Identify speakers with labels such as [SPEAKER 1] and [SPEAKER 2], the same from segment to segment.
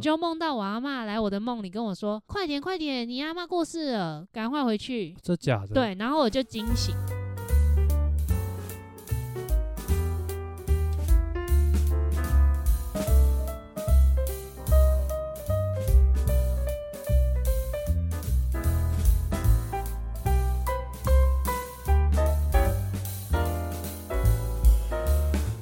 [SPEAKER 1] 就梦到我阿嬷来我的梦里跟我说：“快点，快点，你阿嬷过世了，赶快回去。
[SPEAKER 2] 这假的？”，
[SPEAKER 1] 对，然后我就惊醒。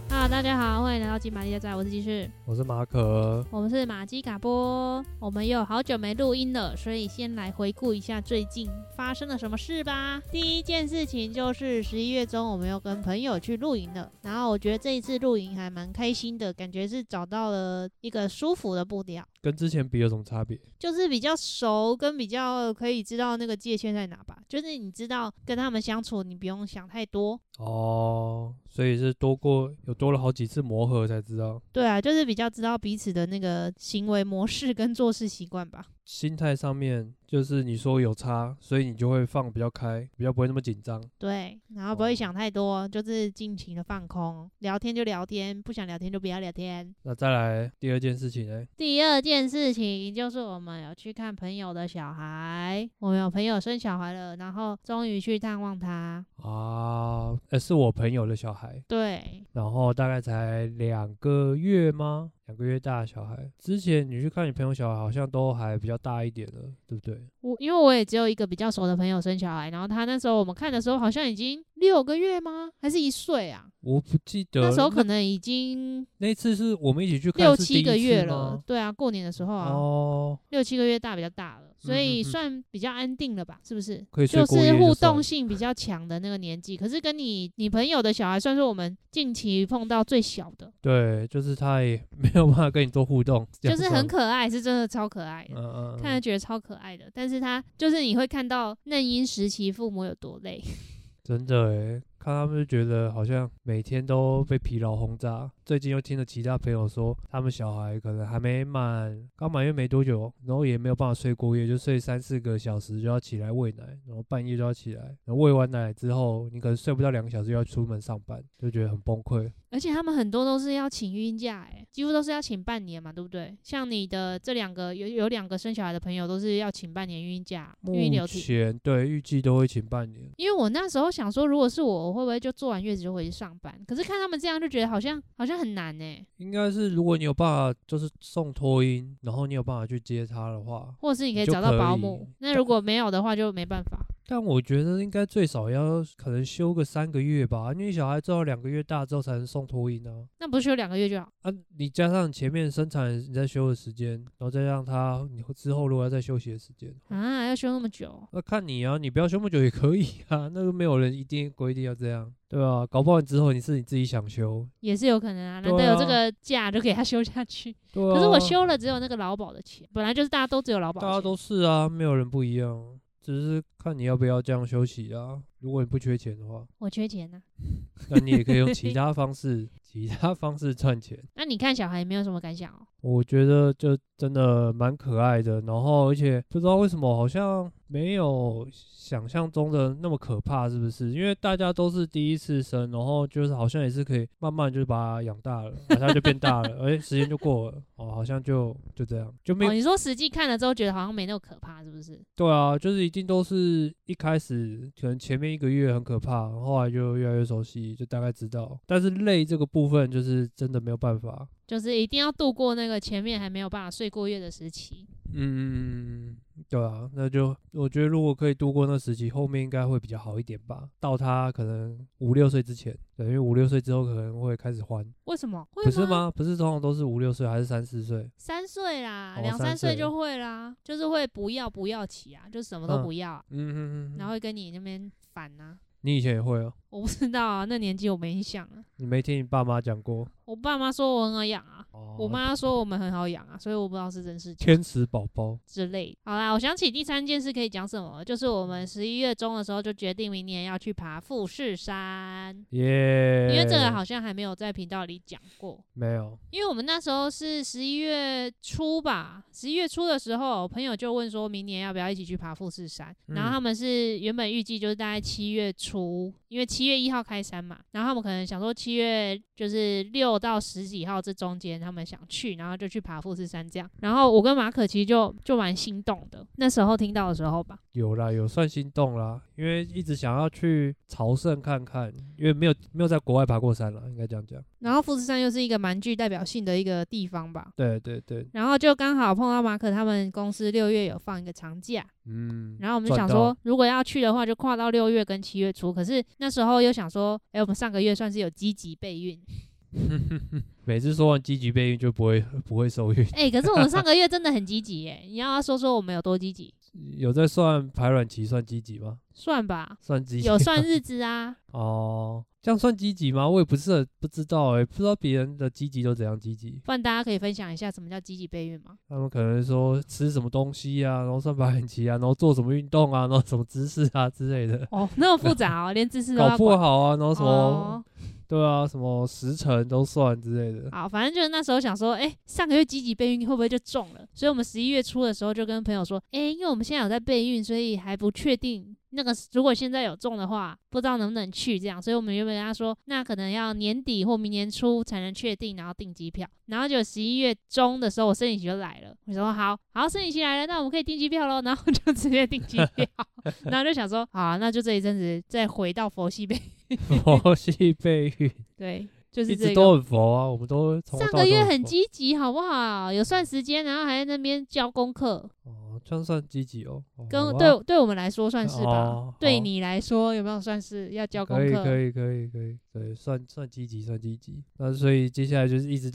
[SPEAKER 1] Hello，大啊家好，欢迎来到金玛丽的家，我是继续。
[SPEAKER 2] 我是马可。
[SPEAKER 1] 我们是马基嘎波，我们有好久没录音了，所以先来回顾一下最近发生了什么事吧。第一件事情就是十一月中我们又跟朋友去露营了，然后我觉得这一次露营还蛮开心的，感觉是找到了一个舒服的步调，
[SPEAKER 2] 跟之前比有什么差别？
[SPEAKER 1] 就是比较熟跟比较可以知道那个界限在哪吧，就是你知道跟他们相处，你不用想太多。
[SPEAKER 2] 哦，所以是多过有多了好几次磨合才知道，
[SPEAKER 1] 对啊，就是比较知道彼此的那个行为模式跟做事习惯吧。
[SPEAKER 2] 心态上面就是你说有差，所以你就会放比较开，比较不会那么紧张。
[SPEAKER 1] 对，然后不会
[SPEAKER 2] 哦
[SPEAKER 1] 想太多，就是尽情的放空，聊天就聊天，不想聊天就不要聊天。
[SPEAKER 2] 那再来第二件事情呢？
[SPEAKER 1] 第二件事情就是我们有去看朋友的小孩，我们有朋友生小孩了，然后终于去探望他。
[SPEAKER 2] 啊，呃，是我朋友的小孩，
[SPEAKER 1] 对，
[SPEAKER 2] 然后大概才两个月吗？两个月大的小孩，之前你去看你朋友小孩，好像都还比较大一点了，对不对？
[SPEAKER 1] 我因为我也只有一个比较熟的朋友生小孩，然后他那时候我们看的时候好像已经六个月吗？还是一岁啊？
[SPEAKER 2] 我不记得
[SPEAKER 1] 那时候
[SPEAKER 2] 那
[SPEAKER 1] 可能已经
[SPEAKER 2] 那次是我们一起去看
[SPEAKER 1] 六
[SPEAKER 2] 是
[SPEAKER 1] 七
[SPEAKER 2] 第一
[SPEAKER 1] 个
[SPEAKER 2] 次
[SPEAKER 1] 月了
[SPEAKER 2] 吗。
[SPEAKER 1] 对啊，过年的时候啊，
[SPEAKER 2] 哦，
[SPEAKER 1] 六七个月大比较大了，所以
[SPEAKER 2] 嗯嗯嗯
[SPEAKER 1] 算比较安定了吧？是不是？
[SPEAKER 2] 可以睡
[SPEAKER 1] 就
[SPEAKER 2] 过夜
[SPEAKER 1] 是互
[SPEAKER 2] 算
[SPEAKER 1] 动性比较强的那个年纪，可是跟你你朋友的小孩算是我们近期碰到最小的，
[SPEAKER 2] 对，就是他也没有办法跟你做互动，这
[SPEAKER 1] 就
[SPEAKER 2] 样
[SPEAKER 1] 是
[SPEAKER 2] 算
[SPEAKER 1] 很可爱，是真的超可爱的，
[SPEAKER 2] 嗯嗯，
[SPEAKER 1] 看
[SPEAKER 2] 嗯
[SPEAKER 1] 着觉得超可爱的。但是他就是你会看到嫩婴时期父母有多累，
[SPEAKER 2] 真的诶，看他们就觉得好像每天都被疲劳轰炸。最近又听了其他朋友说，他们小孩可能还没满，刚满月没多久，然后也没有办法睡过夜，就睡三四个小时就要起来喂奶，然后半夜就要起来，然后喂完奶之后，你可能睡不到两个小时又要出门上班，就觉得很崩溃。
[SPEAKER 1] 而且他们很多都是要请孕假、欸，几乎都是要请半年嘛，对不对？像你的这两个有有两个生小孩的朋友都是要请半年孕假，
[SPEAKER 2] 目
[SPEAKER 1] 孕留停。
[SPEAKER 2] 前对预计都会请半年。
[SPEAKER 1] 因为我那时候想说，如果是我，我会不会就做完月子就回去上班？可是看他们这样，就觉得好像好像很难呢、欸
[SPEAKER 2] 应该是如果你有办法，就是送托婴，然后你有办法去接他的话，
[SPEAKER 1] 或者是你可以
[SPEAKER 2] 就
[SPEAKER 1] 找到
[SPEAKER 2] 可
[SPEAKER 1] 保
[SPEAKER 2] 以
[SPEAKER 1] 姆。那
[SPEAKER 2] 但
[SPEAKER 1] 如果没有的话，就没办法。
[SPEAKER 2] 但我觉得应该最少要可能休个三个月吧，因为小孩最好两个月大之后才能送托婴啊。
[SPEAKER 1] 那不是休两个月就好？
[SPEAKER 2] 啊，你加上前面生产你在休的时间，然后再让他你之后如果要再休息的时间，
[SPEAKER 1] 啊，要休那么久？
[SPEAKER 2] 那看你啊，你不要休那么久也可以啊，那个没有人一定规定要这样，对啊，搞不好你之后你是你自己想休，
[SPEAKER 1] 也是有可能啊，难
[SPEAKER 2] 对
[SPEAKER 1] 得有这
[SPEAKER 2] 啊
[SPEAKER 1] 个假就给他休下去。
[SPEAKER 2] 对啊。
[SPEAKER 1] 可是我休了，只有那个劳保的钱，本来就是大家都只有劳保的
[SPEAKER 2] 大家
[SPEAKER 1] 钱
[SPEAKER 2] 都是啊，没有人不一样，只是看你要不要这样休息啊。如果你不缺钱的话，
[SPEAKER 1] 我缺钱呐、
[SPEAKER 2] 那你也可以用其他方式，其他方式赚钱。
[SPEAKER 1] 那你看小孩没有什么感想哦？
[SPEAKER 2] 我觉得就真的蛮可爱的，然后而且不知道为什么好像没有想象中的那么可怕，是不是？因为大家都是第一次生，然后就是好像也是可以慢慢就是把它养大了，马上就变大了，哎、时间就过了，哦，好像就就这样，就没有
[SPEAKER 1] 哦，你说实际看了之后觉得好像没那么可怕，是不是？
[SPEAKER 2] 对啊，就是一定都是一开始可能前面一个月很可怕，后来就越来越熟悉，就大概知道。但是累这个部分就是真的没有办法。
[SPEAKER 1] 就是一定要度过那个前面还没有办法睡过夜的时期。
[SPEAKER 2] 嗯，对啊，那就我觉得如果可以度过那时期，后面应该会比较好一点吧。到他可能五六岁之前，对，因为五六岁之后可能会开始还，
[SPEAKER 1] 为什么？会
[SPEAKER 2] 不是？吗？不是通常都是五六岁还是三四岁？
[SPEAKER 1] 三岁啦，
[SPEAKER 2] 哦
[SPEAKER 1] 两、
[SPEAKER 2] 三
[SPEAKER 1] 三岁
[SPEAKER 2] 岁
[SPEAKER 1] 就会啦，就是会不要不要起啊，就什么都
[SPEAKER 2] 嗯
[SPEAKER 1] 不要啊、
[SPEAKER 2] 嗯哼哼
[SPEAKER 1] 然
[SPEAKER 2] 哼，
[SPEAKER 1] 后会跟你那边啊反呐、
[SPEAKER 2] 你以前也会哦，
[SPEAKER 1] 我不知道啊，那年纪我没印象啊。
[SPEAKER 2] 你没听你爸妈讲过？
[SPEAKER 1] 我爸妈说我很好养啊，
[SPEAKER 2] 哦
[SPEAKER 1] 我妈说我们很好养啊，所以我不知道是真是假
[SPEAKER 2] 天使宝宝，
[SPEAKER 1] 之类的。好啦，我想起第三件事可以讲什么了，就是我们十一月中的时候就决定明年要去爬富士山，
[SPEAKER 2] 耶、
[SPEAKER 1] 因为这个好像还没有在频道里讲过。
[SPEAKER 2] 没有。
[SPEAKER 1] 因为我们那时候是十一月初吧，十一月初的时候，我朋友就问说明年要不要一起去爬富士山，
[SPEAKER 2] 嗯
[SPEAKER 1] 然后他们是原本预计就是大概七月初，因为七七月一号开山嘛，然后他们可能想说七月就是六到十几号这中间他们想去，然后就去爬富士山这样。然后我跟马可其实就就蛮心动的，那时候听到的时候吧，
[SPEAKER 2] 有啦，有算心动啦，因为一直想要去朝圣看看，因为没有没有在国外爬过山啦，应该这样讲。
[SPEAKER 1] 然后富士山又是一个蛮具代表性的一个地方吧。
[SPEAKER 2] 对对对，
[SPEAKER 1] 然后就刚好碰到马可他们公司六月有放一个长假，
[SPEAKER 2] 嗯，
[SPEAKER 1] 然后我们就
[SPEAKER 2] 赚
[SPEAKER 1] 想
[SPEAKER 2] 到
[SPEAKER 1] 说，如果要去的话，就跨到六月跟七月初。可是那时候又想说，哎、我们上个月算是有积极备 孕，
[SPEAKER 2] 每次说完积极备孕就不会 不会受孕，
[SPEAKER 1] 哎、可是我们上个月真的很积极耶。你要说说我们有多积极？
[SPEAKER 2] 有在算排卵期算积极吗？
[SPEAKER 1] 算吧，
[SPEAKER 2] 算积极
[SPEAKER 1] 有算 日子啊。
[SPEAKER 2] 哦，这样算积极吗？我也不是很不知道哎、不知道别人的积极都怎样积极，
[SPEAKER 1] 不然大家可以分享一下什么叫积极备孕吗？
[SPEAKER 2] 他们可能说吃什么东西啊，然后算排卵期啊，然后做什么运动啊，然后什么姿势啊之类的，
[SPEAKER 1] 哦，那么复杂哦，连知识都
[SPEAKER 2] 搞
[SPEAKER 1] 要
[SPEAKER 2] 不
[SPEAKER 1] 管。
[SPEAKER 2] 好啊，然后什么、
[SPEAKER 1] 哦，
[SPEAKER 2] 对啊，什么时辰都算之类 的。
[SPEAKER 1] 好，反正就是那时候想说，哎、上个月积极备孕会不会就中了？所以我们十一月初的时候就跟朋友说，哎、因为我们现在有在备孕，所以还不确定那个如果现在有中的话，不知道能不能去这样。所以我们原本跟他说，那可能要年底或明年初才能确定，然后订机票。然后就十一月中的时候，我生理期就来了，我说好，好，生理期来了，那我们可以订机票喽。然后就直接订机票， 然后就想说，好啊、那就这一阵子再回到佛系 呗。
[SPEAKER 2] 佛系备孕，
[SPEAKER 1] 对，就是
[SPEAKER 2] 一
[SPEAKER 1] 这
[SPEAKER 2] 直
[SPEAKER 1] 个
[SPEAKER 2] 都很佛啊，我们都从头
[SPEAKER 1] 上
[SPEAKER 2] 到
[SPEAKER 1] 个
[SPEAKER 2] 尾都
[SPEAKER 1] 月
[SPEAKER 2] 很
[SPEAKER 1] 很
[SPEAKER 2] 佛
[SPEAKER 1] 积极，好不好？有算时间，然后还在那边交功课，
[SPEAKER 2] 哦，这样算积极哦。哦好
[SPEAKER 1] 跟
[SPEAKER 2] 啊
[SPEAKER 1] 对对我们来说算是吧
[SPEAKER 2] 哦，
[SPEAKER 1] 对
[SPEAKER 2] 好
[SPEAKER 1] 你来说有没有算是要交功
[SPEAKER 2] 可以可
[SPEAKER 1] 课？
[SPEAKER 2] 以可以可以，对，算算积极算积极。那所以接下来就是一直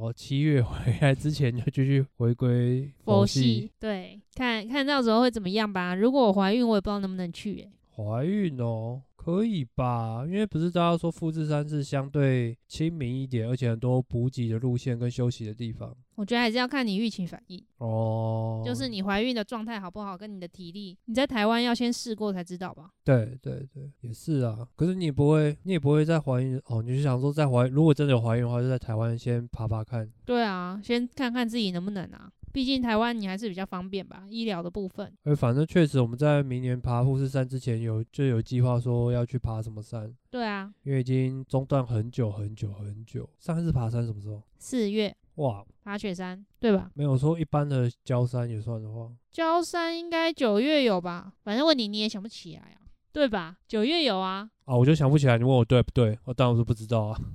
[SPEAKER 2] 到七月回来之前，就继续回归
[SPEAKER 1] 佛
[SPEAKER 2] 系
[SPEAKER 1] 系。对，看看到时候会怎么样吧。如果我怀孕，我也不知道能不能去、欸。
[SPEAKER 2] 怀孕哦，可以吧？因为不是大家说富士山是相对亲民一点，而且很多补给的路线跟休息的地方
[SPEAKER 1] 我觉得还是要看你疫情反应，
[SPEAKER 2] 哦。
[SPEAKER 1] 就是你怀孕的状态好不好，跟你的体力，你在台湾要先试过才知道吧。
[SPEAKER 2] 对对对，也是啊。可是你也不会，你也不会在怀孕哦，你就想说在怀，如果真的有怀孕的话，就在台湾先爬爬看。
[SPEAKER 1] 对啊，先看看自己能不能啊。毕竟台湾你还是比较方便吧，医疗的部分。
[SPEAKER 2] 呃，反正确实我们在明年爬富士山之前有就有计划说要去爬什么山，
[SPEAKER 1] 对啊，
[SPEAKER 2] 因为已经中断很久很久很久。上一次爬山什么时候？
[SPEAKER 1] 四月
[SPEAKER 2] 哇，
[SPEAKER 1] 爬雪山，对吧？
[SPEAKER 2] 没有说一般的焦山也算的话，
[SPEAKER 1] 焦山应该九月有吧？反正问你你也想不起来啊，对吧？九月有啊，
[SPEAKER 2] 啊，我就想不起来，你问我对不对？我当然是不知道啊。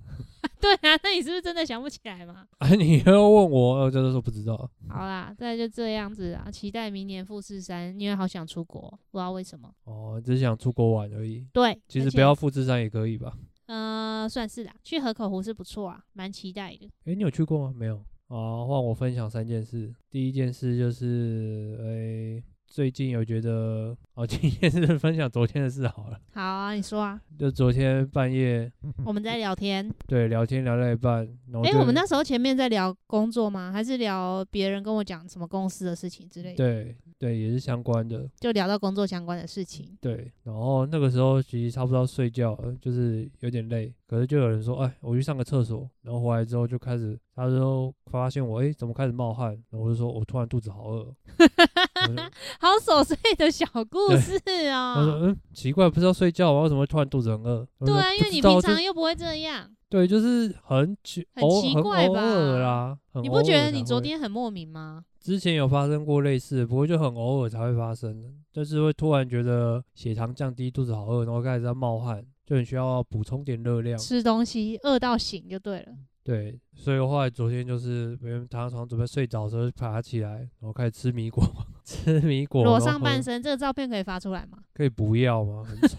[SPEAKER 1] 对啊，那你是不是真的想不起来嘛？
[SPEAKER 2] 啊，你又问我，呃我真的说不知道。
[SPEAKER 1] 好啦，再就这样子啊，期待明年富士山，因为好想出国，不知道为什么。
[SPEAKER 2] 哦，只是想出国玩而已。
[SPEAKER 1] 对，
[SPEAKER 2] 其
[SPEAKER 1] 而
[SPEAKER 2] 实
[SPEAKER 1] 且
[SPEAKER 2] 不要，富士山也可以吧？
[SPEAKER 1] 呃，算是啦，去河口湖是不错啊，蛮期待的。
[SPEAKER 2] 诶，你有去过吗？没有。啊，换我分享三件事。第一件事就是，诶，最近有觉得，哦，今天是分享昨天的事好了。
[SPEAKER 1] 好啊，你说啊，
[SPEAKER 2] 就昨天半夜，
[SPEAKER 1] 我们在聊天。
[SPEAKER 2] 对，聊天聊到一半，然后
[SPEAKER 1] 诶，
[SPEAKER 2] 就
[SPEAKER 1] 我们那时候前面在聊工作吗？还是聊别人跟我讲什么公司的事情之类的？
[SPEAKER 2] 对对也是相关的，
[SPEAKER 1] 就聊到工作相关的事情。
[SPEAKER 2] 对。然后那个时候其实差不多要睡觉了，就是有点累，可是就有人说，哎，我去上个厕所，然后回来之后就开始，他就发现我，哎，怎么开始冒汗？然后我就说我突然肚子好饿，我就
[SPEAKER 1] 好琐碎的小故
[SPEAKER 2] 对
[SPEAKER 1] 事啊、
[SPEAKER 2] 他说：“嗯，奇怪，不是要睡觉吗？为什么会突然肚子很饿？”我
[SPEAKER 1] 对
[SPEAKER 2] 说
[SPEAKER 1] 啊，因
[SPEAKER 2] 不
[SPEAKER 1] 为
[SPEAKER 2] 知
[SPEAKER 1] 你
[SPEAKER 2] 道
[SPEAKER 1] 平
[SPEAKER 2] 就
[SPEAKER 1] 常又不会这样，
[SPEAKER 2] 对，就是很奇
[SPEAKER 1] 很
[SPEAKER 2] 偶
[SPEAKER 1] 奇
[SPEAKER 2] 很
[SPEAKER 1] 怪
[SPEAKER 2] 偶
[SPEAKER 1] 吧
[SPEAKER 2] 尔啦，很
[SPEAKER 1] 你
[SPEAKER 2] 偶
[SPEAKER 1] 不
[SPEAKER 2] 尔
[SPEAKER 1] 觉得
[SPEAKER 2] 才
[SPEAKER 1] 你昨
[SPEAKER 2] 会
[SPEAKER 1] 天很莫名吗？
[SPEAKER 2] 之前有发生过类似的，不过就很偶尔才会发生，就是会突然觉得血糖降低，肚子好饿，然后开始在冒汗，就很需要补充点热量。
[SPEAKER 1] 吃东西饿到醒就对了。
[SPEAKER 2] 对，所以后来昨天就是没人躺在床上准备睡着的时候，爬起来，然后开始吃米果， 吃米果，
[SPEAKER 1] 裸
[SPEAKER 2] 然后
[SPEAKER 1] 上半
[SPEAKER 2] 喝
[SPEAKER 1] 身这个照片可以发出来吗？
[SPEAKER 2] 可以不要吗？很丑。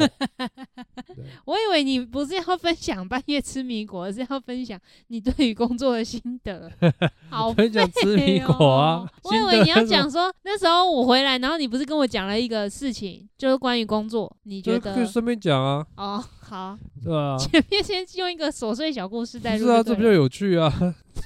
[SPEAKER 2] 对
[SPEAKER 1] 我以为你不是要分享半夜吃米果，而是要分享你对于工作的心 得。 好
[SPEAKER 2] 分享吃米果啊
[SPEAKER 1] 废哦 我以
[SPEAKER 2] 心
[SPEAKER 1] 为
[SPEAKER 2] 得
[SPEAKER 1] 你要
[SPEAKER 2] 是什么
[SPEAKER 1] 讲说那时候我回来，然后你不是跟我讲了一个事情，就是关于工作，你
[SPEAKER 2] 就
[SPEAKER 1] 觉
[SPEAKER 2] 是可
[SPEAKER 1] 得
[SPEAKER 2] 以顺便讲啊，
[SPEAKER 1] 哦好，
[SPEAKER 2] 对啊，
[SPEAKER 1] 前面先用一个琐碎小故事带
[SPEAKER 2] 不
[SPEAKER 1] 入
[SPEAKER 2] 是啊，
[SPEAKER 1] 就
[SPEAKER 2] 这比
[SPEAKER 1] 对
[SPEAKER 2] 较
[SPEAKER 1] 了。
[SPEAKER 2] 有趣啊。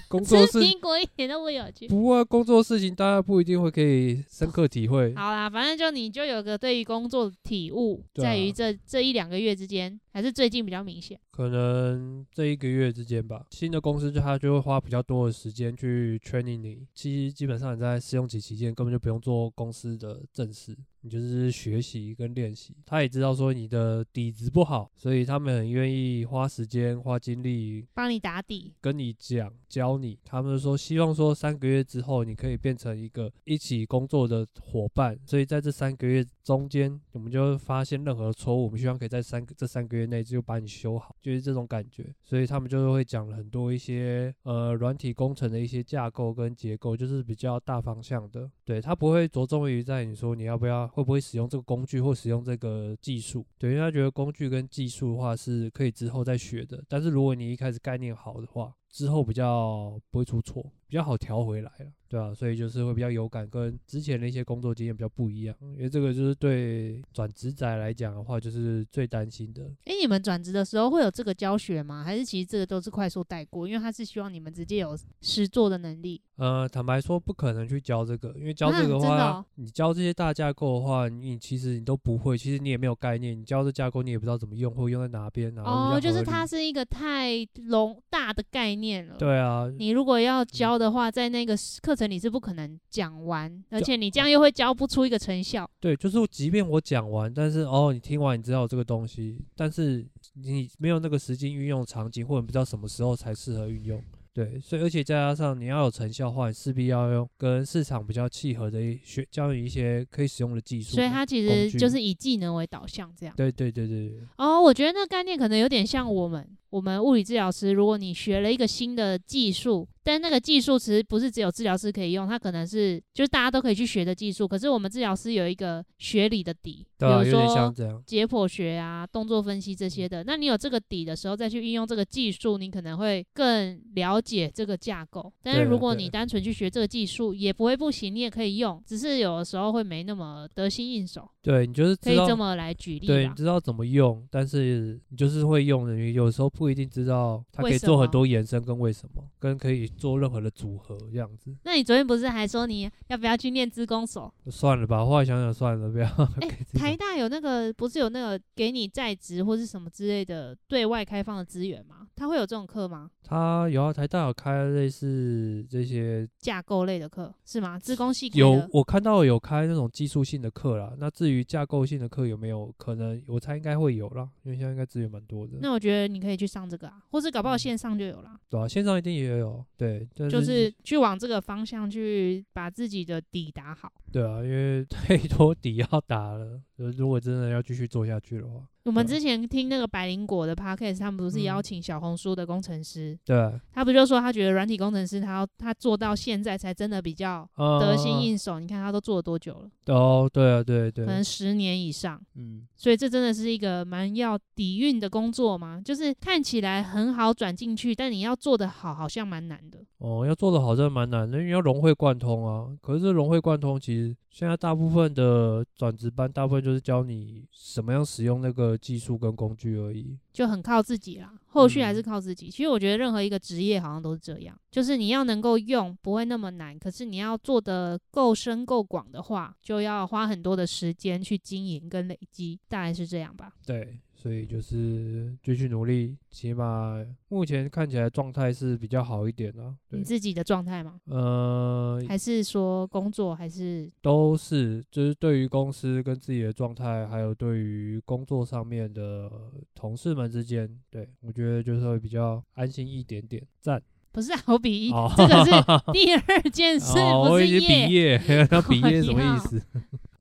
[SPEAKER 2] 工作
[SPEAKER 1] 吃
[SPEAKER 2] 事
[SPEAKER 1] 苹果一点都不有趣。
[SPEAKER 2] 不过工作事情大家不一定会可以深刻体会。
[SPEAKER 1] 好啦，反正就你就有个对于工作的体悟，
[SPEAKER 2] 对
[SPEAKER 1] 在于
[SPEAKER 2] 啊
[SPEAKER 1] 这这一两个月之间，还是最近比较明显？
[SPEAKER 2] 可能这一个月之间吧，新的公司就它就会花比较多的时间去 training 你。其实基本上你在试用期期间根本就不用做公司的正事，你就是学习跟练习。他也知道说你的底子不好，所以他们很愿意花时间、花精力
[SPEAKER 1] 帮你打底，
[SPEAKER 2] 跟你讲、教你。他们说希望说三个月之后你可以变成一个一起工作的伙伴，所以在这三个月中间，我们就会发现任何错误，我们希望可以在三个这三个月内就把你修好，就是这种感觉。所以他们就会讲很多一些呃软体工程的一些架构跟结构，就是比较大方向的。对，他不会着重于在你说你要不要会不会使用这个工具或使用这个技术，对，因为他觉得工具跟技术的话是可以之后再学的，但是如果你一开始概念好的话，之后比较不会出错，比较好调回来了，对啊，所以就是会比较有感，跟之前的一些工作经验比较不一样，因为这个就是对转职仔来讲的话，就是最担心的。
[SPEAKER 1] 诶，你们转职的时候会有这个教学吗？还是其实这个都是快速带过？因为他是希望你们直接有实做的能力。
[SPEAKER 2] 呃，坦白说，不可能去教这个，因为教这个
[SPEAKER 1] 啊
[SPEAKER 2] 的
[SPEAKER 1] 真
[SPEAKER 2] 话，
[SPEAKER 1] 的哦
[SPEAKER 2] 你教这些大架构的话，你其实你都不会，其实你也没有概念，你教这架构你也不知道怎么用，或用在哪边，然后
[SPEAKER 1] 哦，就是它是一个太笼大的概念了。。
[SPEAKER 2] 对啊，
[SPEAKER 1] 你如果要教的话，在那个课程里是不可能讲完，而
[SPEAKER 2] 就
[SPEAKER 1] 且你这样又会教不出一个成效。
[SPEAKER 2] 对，就是即便我讲完，但是哦，你听完你知道这个东西，但是你没有那个实际运用场景，或者你不知道什么时候才适合运用。对，所以而且再加上你要有成效的话，你势必要用跟市场比较契合的一学教你一些可以使用的技术。
[SPEAKER 1] 所以它其
[SPEAKER 2] 工
[SPEAKER 1] 实
[SPEAKER 2] 具
[SPEAKER 1] 就是以技能为导向这样。
[SPEAKER 2] 对对对对对，
[SPEAKER 1] 哦，我觉得那个概念可能有点像我们，我们物理治疗师，如果你学了一个新的技术，但那个技术其实不是只有治疗师可以用，它可能是就是大家都可以去学的技术。可是我们治疗师有一个学理的底，
[SPEAKER 2] 对啊，
[SPEAKER 1] 比
[SPEAKER 2] 有
[SPEAKER 1] 如
[SPEAKER 2] 点像
[SPEAKER 1] 说
[SPEAKER 2] 这样。
[SPEAKER 1] 解剖学啊、动作分析这些的。那你有这个底的时候，再去运用这个技术，你可能会更了解这个架构。但是
[SPEAKER 2] 对啊
[SPEAKER 1] 如果
[SPEAKER 2] 对
[SPEAKER 1] 你单纯去学这个技术，也不会不行，你也可以用，只是有的时候会没那么得心应手。
[SPEAKER 2] 对你就是
[SPEAKER 1] 可
[SPEAKER 2] 知
[SPEAKER 1] 以
[SPEAKER 2] 道
[SPEAKER 1] 这么来举例
[SPEAKER 2] 对，
[SPEAKER 1] 吧
[SPEAKER 2] 你。知道怎么用，但是你就是会用的，你有时候不一定知道它可
[SPEAKER 1] 为
[SPEAKER 2] 以
[SPEAKER 1] 什
[SPEAKER 2] 做很
[SPEAKER 1] 么
[SPEAKER 2] 多延伸跟为什么，跟可以做任何的组合这样子。
[SPEAKER 1] 那你昨天不是还说你要不要去念职工所？
[SPEAKER 2] 算了吧，后来想想算了，不要。
[SPEAKER 1] 哎、台大有那个不是有那个给你在职或是什么之类的对外开放的资源吗？它会有这种课吗？
[SPEAKER 2] 他有啊，台大有开类似这些，
[SPEAKER 1] 架构类的课是吗？职工系开
[SPEAKER 2] 有
[SPEAKER 1] 的
[SPEAKER 2] 我看到有开那种技术性的课啦。那至于架构性的课有没有可能，我猜应该会有啦，因为现在应该资源蛮多的，
[SPEAKER 1] 那我觉得你可以去上这个啊，或是搞不好
[SPEAKER 2] 嗯
[SPEAKER 1] 线上就有啦，
[SPEAKER 2] 对啊，线上一定也有，对，但是、
[SPEAKER 1] 就是去往这个方向去把自己的底打好。
[SPEAKER 2] 对啊，因为 太多底要打了，就是如果真的要继续做下去的话，
[SPEAKER 1] 我们
[SPEAKER 2] 对
[SPEAKER 1] 之前听那个百灵果的 podcast，他们不是
[SPEAKER 2] 嗯
[SPEAKER 1] 邀请小红书的工程师，
[SPEAKER 2] 对啊，
[SPEAKER 1] 他不就说他觉得软体工程师他要他做到现在才真的比较
[SPEAKER 2] 啊
[SPEAKER 1] 得心应手。你看他都做了多久了？
[SPEAKER 2] 哦，对啊，对
[SPEAKER 1] 可能
[SPEAKER 2] 对，
[SPEAKER 1] 十年以上。
[SPEAKER 2] 嗯，
[SPEAKER 1] 所以这真的是一个蛮要底蕴的工作嘛，就是看起来很好转进去，但你要做得好，好像蛮难的。
[SPEAKER 2] 哦，要做的好真的蛮难的，因为要融会贯通啊。可是融会贯通，其实现在大部分的转职班，大部分就是教你怎么样使用那个技术跟工具而已。
[SPEAKER 1] 就很靠自己啦，后续
[SPEAKER 2] 嗯
[SPEAKER 1] 还是靠自己。其实我觉得任何一个职业好像都是这样，就是你要能够用，不会那么难。可是你要做得够深够广的话，就要花很多的时间去经营跟累积，大概是这样吧。
[SPEAKER 2] 对，所以就是继续努力，起码目前看起来状态是比较好一点啦、
[SPEAKER 1] 你
[SPEAKER 2] 对，
[SPEAKER 1] 自己的状态吗？
[SPEAKER 2] 呃，
[SPEAKER 1] 嗯还是说工作？还是
[SPEAKER 2] 都是就是对于公司跟自己的状态，还有对于工作上面的同事们之间，对我觉得就是会比较安心一点点。赞，
[SPEAKER 1] 不是好比一？
[SPEAKER 2] 哦
[SPEAKER 1] 这个 是第二件事，
[SPEAKER 2] 哦，
[SPEAKER 1] 不
[SPEAKER 2] 我
[SPEAKER 1] 是
[SPEAKER 2] 已经
[SPEAKER 1] 业。
[SPEAKER 2] 毕业，那毕业
[SPEAKER 1] 我
[SPEAKER 2] 什么
[SPEAKER 1] 要
[SPEAKER 2] 意思？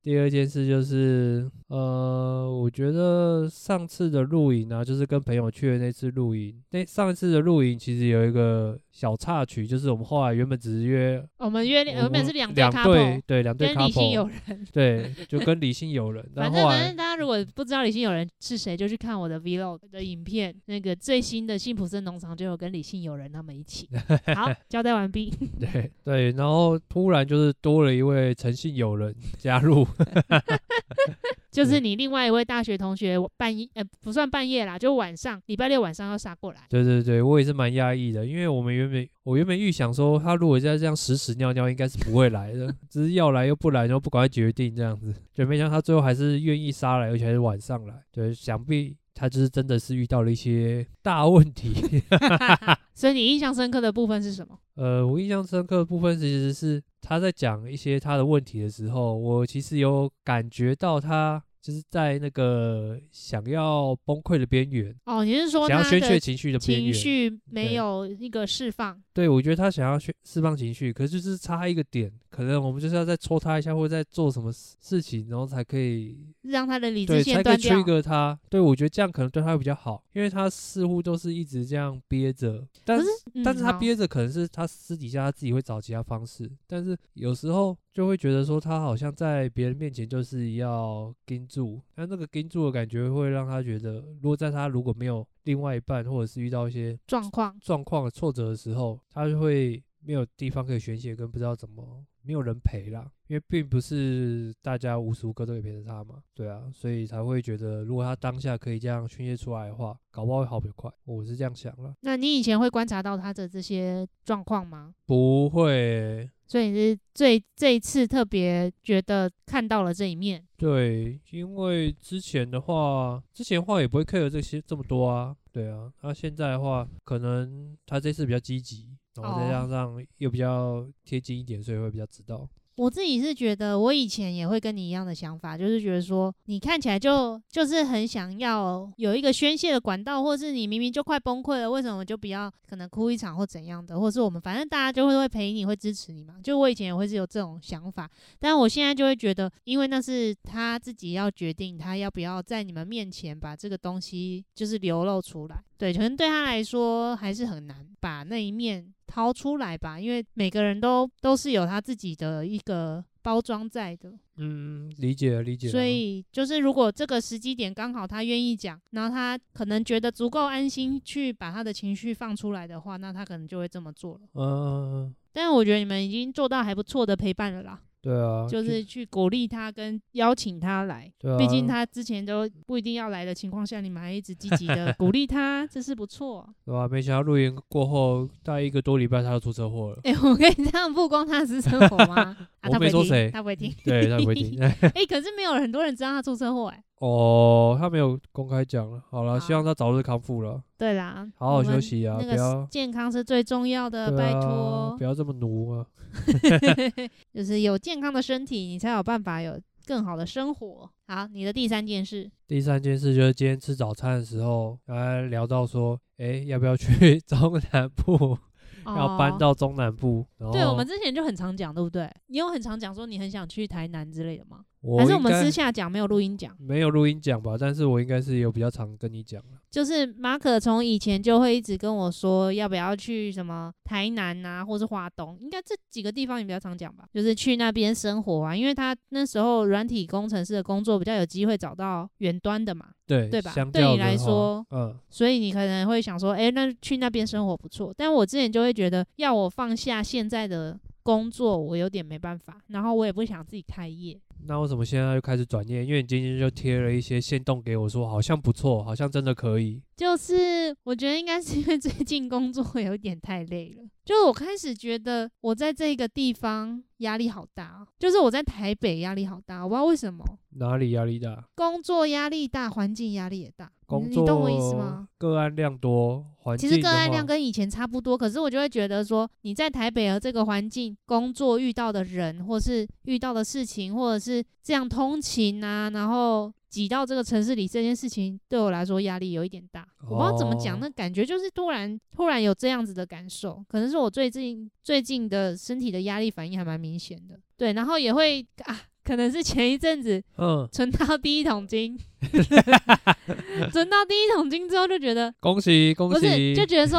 [SPEAKER 2] 第二件事就是，呃，我觉得上次的露营啊，就是跟朋友去的那次露营，那上一次的露营其实有一个小插曲，就是我们后来原本只是约，
[SPEAKER 1] 我们约两，
[SPEAKER 2] 我
[SPEAKER 1] 哎原本
[SPEAKER 2] 们
[SPEAKER 1] 是两对
[SPEAKER 2] 两
[SPEAKER 1] couple，
[SPEAKER 2] 对对两对
[SPEAKER 1] 跟理性友
[SPEAKER 2] couple，
[SPEAKER 1] 人。
[SPEAKER 2] 对，就跟理性友人，但
[SPEAKER 1] 反
[SPEAKER 2] 后
[SPEAKER 1] 正
[SPEAKER 2] 来
[SPEAKER 1] 反正大家如果不知道理性友人是谁，就去看我的 vlog 的影片，那个最新的辛普森农场就有跟理性友人他们一 起。好，交代完毕。
[SPEAKER 2] 对对，然后突然就是多了一位诚信友人 加入，
[SPEAKER 1] 就是
[SPEAKER 2] 对
[SPEAKER 1] 你另外一位大学同学半夜，呃，不算半夜啦，就晚上，礼拜六晚上要杀过来。
[SPEAKER 2] 对对对，我也是蛮压抑的，因为我们原本我原本预想说他如果再这样屎屎尿尿，应该是不会来的， 只是要来又不来，然后不管他决定这样子，就没想到他最后还是愿意杀来，而且还是晚上来，对，想必他就是真的是遇到了一些大问题。
[SPEAKER 1] 所以你印象深刻的部分是什么？
[SPEAKER 2] 呃，我印象深刻的部分其实是他在讲一些他的问题的时候，我其实有感觉到他就是在那个想要崩溃的边缘，
[SPEAKER 1] 哦，你是说
[SPEAKER 2] 想要
[SPEAKER 1] 他
[SPEAKER 2] 宣泄
[SPEAKER 1] 的
[SPEAKER 2] 情绪的边
[SPEAKER 1] 情
[SPEAKER 2] 缘。
[SPEAKER 1] 绪没
[SPEAKER 2] 对
[SPEAKER 1] 有一个释放？
[SPEAKER 2] 对，我觉得他想要宣释放情绪，可是就是差一个点，可能我们就是要再戳他一下，或者再做什么事事情，然后才可以
[SPEAKER 1] 让他的理智
[SPEAKER 2] 对，
[SPEAKER 1] 线
[SPEAKER 2] 才可以
[SPEAKER 1] 断掉。
[SPEAKER 2] trigger 他。对，我觉得这样可能对他会比较好，因为他似乎都是一直这样憋着，但
[SPEAKER 1] 可
[SPEAKER 2] 是
[SPEAKER 1] 嗯
[SPEAKER 2] 但是他
[SPEAKER 1] 好
[SPEAKER 2] 憋着可能是他私底下他自己会找其他方式，但是有时候就会觉得说他好像在别人面前就是要盯住，但那个盯住的感觉会让他觉得，如果在他如果没有另外一半，或者是遇到一些
[SPEAKER 1] 状况，
[SPEAKER 2] 状况挫折的时候，他就会没有地方可以宣泄，跟不知道怎么没有人陪啦。因为并不是大家无时无刻都可以陪着他嘛，对啊，所以才会觉得如果他当下可以这样宣泄出来的话，搞不好会好比较快。我是这样想啦，
[SPEAKER 1] 那你以前会观察到他的这些状况吗？
[SPEAKER 2] 不会欸、
[SPEAKER 1] 所以你是最这一次特别觉得看到了这一面，
[SPEAKER 2] 对，因为之前的话，之前的话也不会 care 这些这么多啊，对啊。那、现在的话，可能他这次比较积极，然后再
[SPEAKER 1] 哦
[SPEAKER 2] 加上又比较贴近一点，所以会比较知道。
[SPEAKER 1] 我自己是觉得，我以前也会跟你一样的想法，就是觉得说，你看起来就就是很想要有一个宣泄的管道，或是你明明就快崩溃了，为什么就不要可能哭一场或怎样的，或是我们反正大家就会会陪你，会支持你嘛。就我以前也会是有这种想法，但我现在就会觉得，因为那是他自己要决定，他要不要在你们面前把这个东西就是流露出来。对，可能对他来说还是很难把那一面掏出来吧，因为每个人都都是有他自己的一个包装在的。
[SPEAKER 2] 嗯，理解理解啦。
[SPEAKER 1] 所以就是，如果这个时机点刚好他愿意讲，然后他可能觉得足够安心去把他的情绪放出来的话，那他可能就会这么做了。
[SPEAKER 2] 嗯，
[SPEAKER 1] 但是我觉得你们已经做到还不错的陪伴了啦，
[SPEAKER 2] 对啊，
[SPEAKER 1] 就是去鼓励他跟邀请他来。
[SPEAKER 2] 对啊，
[SPEAKER 1] 毕竟他之前都不一定要来的情况下，你们还一直积极的鼓励他，这是不错。
[SPEAKER 2] 对吧、没想到录音过后，大概一个多礼拜他就出车祸了。
[SPEAKER 1] 哎、我可以这样曝光他私生活 吗？啊，
[SPEAKER 2] 我
[SPEAKER 1] 他不
[SPEAKER 2] 没
[SPEAKER 1] 会
[SPEAKER 2] 说
[SPEAKER 1] 听，
[SPEAKER 2] 谁
[SPEAKER 1] 他不会听。
[SPEAKER 2] 对，他不 会停。
[SPEAKER 1] 哎、可是没有很多人知道他出车祸哎、
[SPEAKER 2] 哦，他没有公开讲了。好
[SPEAKER 1] 好
[SPEAKER 2] 了，希望他早日康复了，
[SPEAKER 1] 对啦，
[SPEAKER 2] 好好
[SPEAKER 1] 我们
[SPEAKER 2] 休息啊，
[SPEAKER 1] 那
[SPEAKER 2] 不要
[SPEAKER 1] 个健康是最重要的，
[SPEAKER 2] 对
[SPEAKER 1] 呃拜
[SPEAKER 2] 啊
[SPEAKER 1] 托
[SPEAKER 2] 不，要这么奴啊。
[SPEAKER 1] 就是有健康的身体，你才有办法有更好的生活。好，你的第三件事，
[SPEAKER 2] 第三件事就是今天吃早餐的时候，刚才聊到说，哎，要不要去 中南部？要搬
[SPEAKER 1] 哦。
[SPEAKER 2] 到哦中南部？然后
[SPEAKER 1] 对，我们之前就很常讲，对不对？你有很常讲说你很想去台南之类的吗？
[SPEAKER 2] 我
[SPEAKER 1] 还是我
[SPEAKER 2] 应
[SPEAKER 1] 们
[SPEAKER 2] 该
[SPEAKER 1] 私下讲，没有录音讲？
[SPEAKER 2] 没有录音讲吧？但是我应该是有比较常跟你讲了。
[SPEAKER 1] 就是马可从以前就会一直跟我说，要不要去什么台南啊，或是华东，应该这几个地方你比较常讲吧，就是去那边生活啊，因为他那时候软体工程师的工作比较有机会找到远端的嘛，
[SPEAKER 2] 对
[SPEAKER 1] 对吧
[SPEAKER 2] 相
[SPEAKER 1] 对你
[SPEAKER 2] 较的
[SPEAKER 1] 来
[SPEAKER 2] 话
[SPEAKER 1] 说，
[SPEAKER 2] 嗯，
[SPEAKER 1] 所以你可能会想说，诶，那去那边生活不错。但我之前就会觉得，要我放下现在的工作，我有点没办法，然后我也不想自己开业。
[SPEAKER 2] 那为什么现在又开始转念？因为你今天就贴了一些线动给我说，好像不错，好像真的可以。
[SPEAKER 1] 就是我觉得应该是因为最近工作有点太累了，就我开始觉得我在这个地方压力好大哦，就是我在台北压力好大，我不知道为什么，
[SPEAKER 2] 哪里压力大？
[SPEAKER 1] 工作压力大，环境压力也大，
[SPEAKER 2] 工
[SPEAKER 1] 你
[SPEAKER 2] 作
[SPEAKER 1] 你懂我意思吗？
[SPEAKER 2] 个案量多，环
[SPEAKER 1] 其
[SPEAKER 2] 境
[SPEAKER 1] 实个案量
[SPEAKER 2] 跟
[SPEAKER 1] 跟以前差不多，可是我就会觉得说，你在台北的这个环境工作遇到的人，或是遇到的事情，或者是这样通勤啊，然后挤到这个城市里这件事情，对我来说压力有一点大。我不知道怎么
[SPEAKER 2] 哦
[SPEAKER 1] 讲，那感觉就是突然突然有这样子的感受，可能是我最近最近的身体的压力反应还蛮明显的。对，然后也会啊，可能是前一阵子
[SPEAKER 2] 嗯，
[SPEAKER 1] 存到第一桶金， 存到第一桶金之后就觉得
[SPEAKER 2] 恭喜恭
[SPEAKER 1] 不是，
[SPEAKER 2] 喜，
[SPEAKER 1] 就觉得说，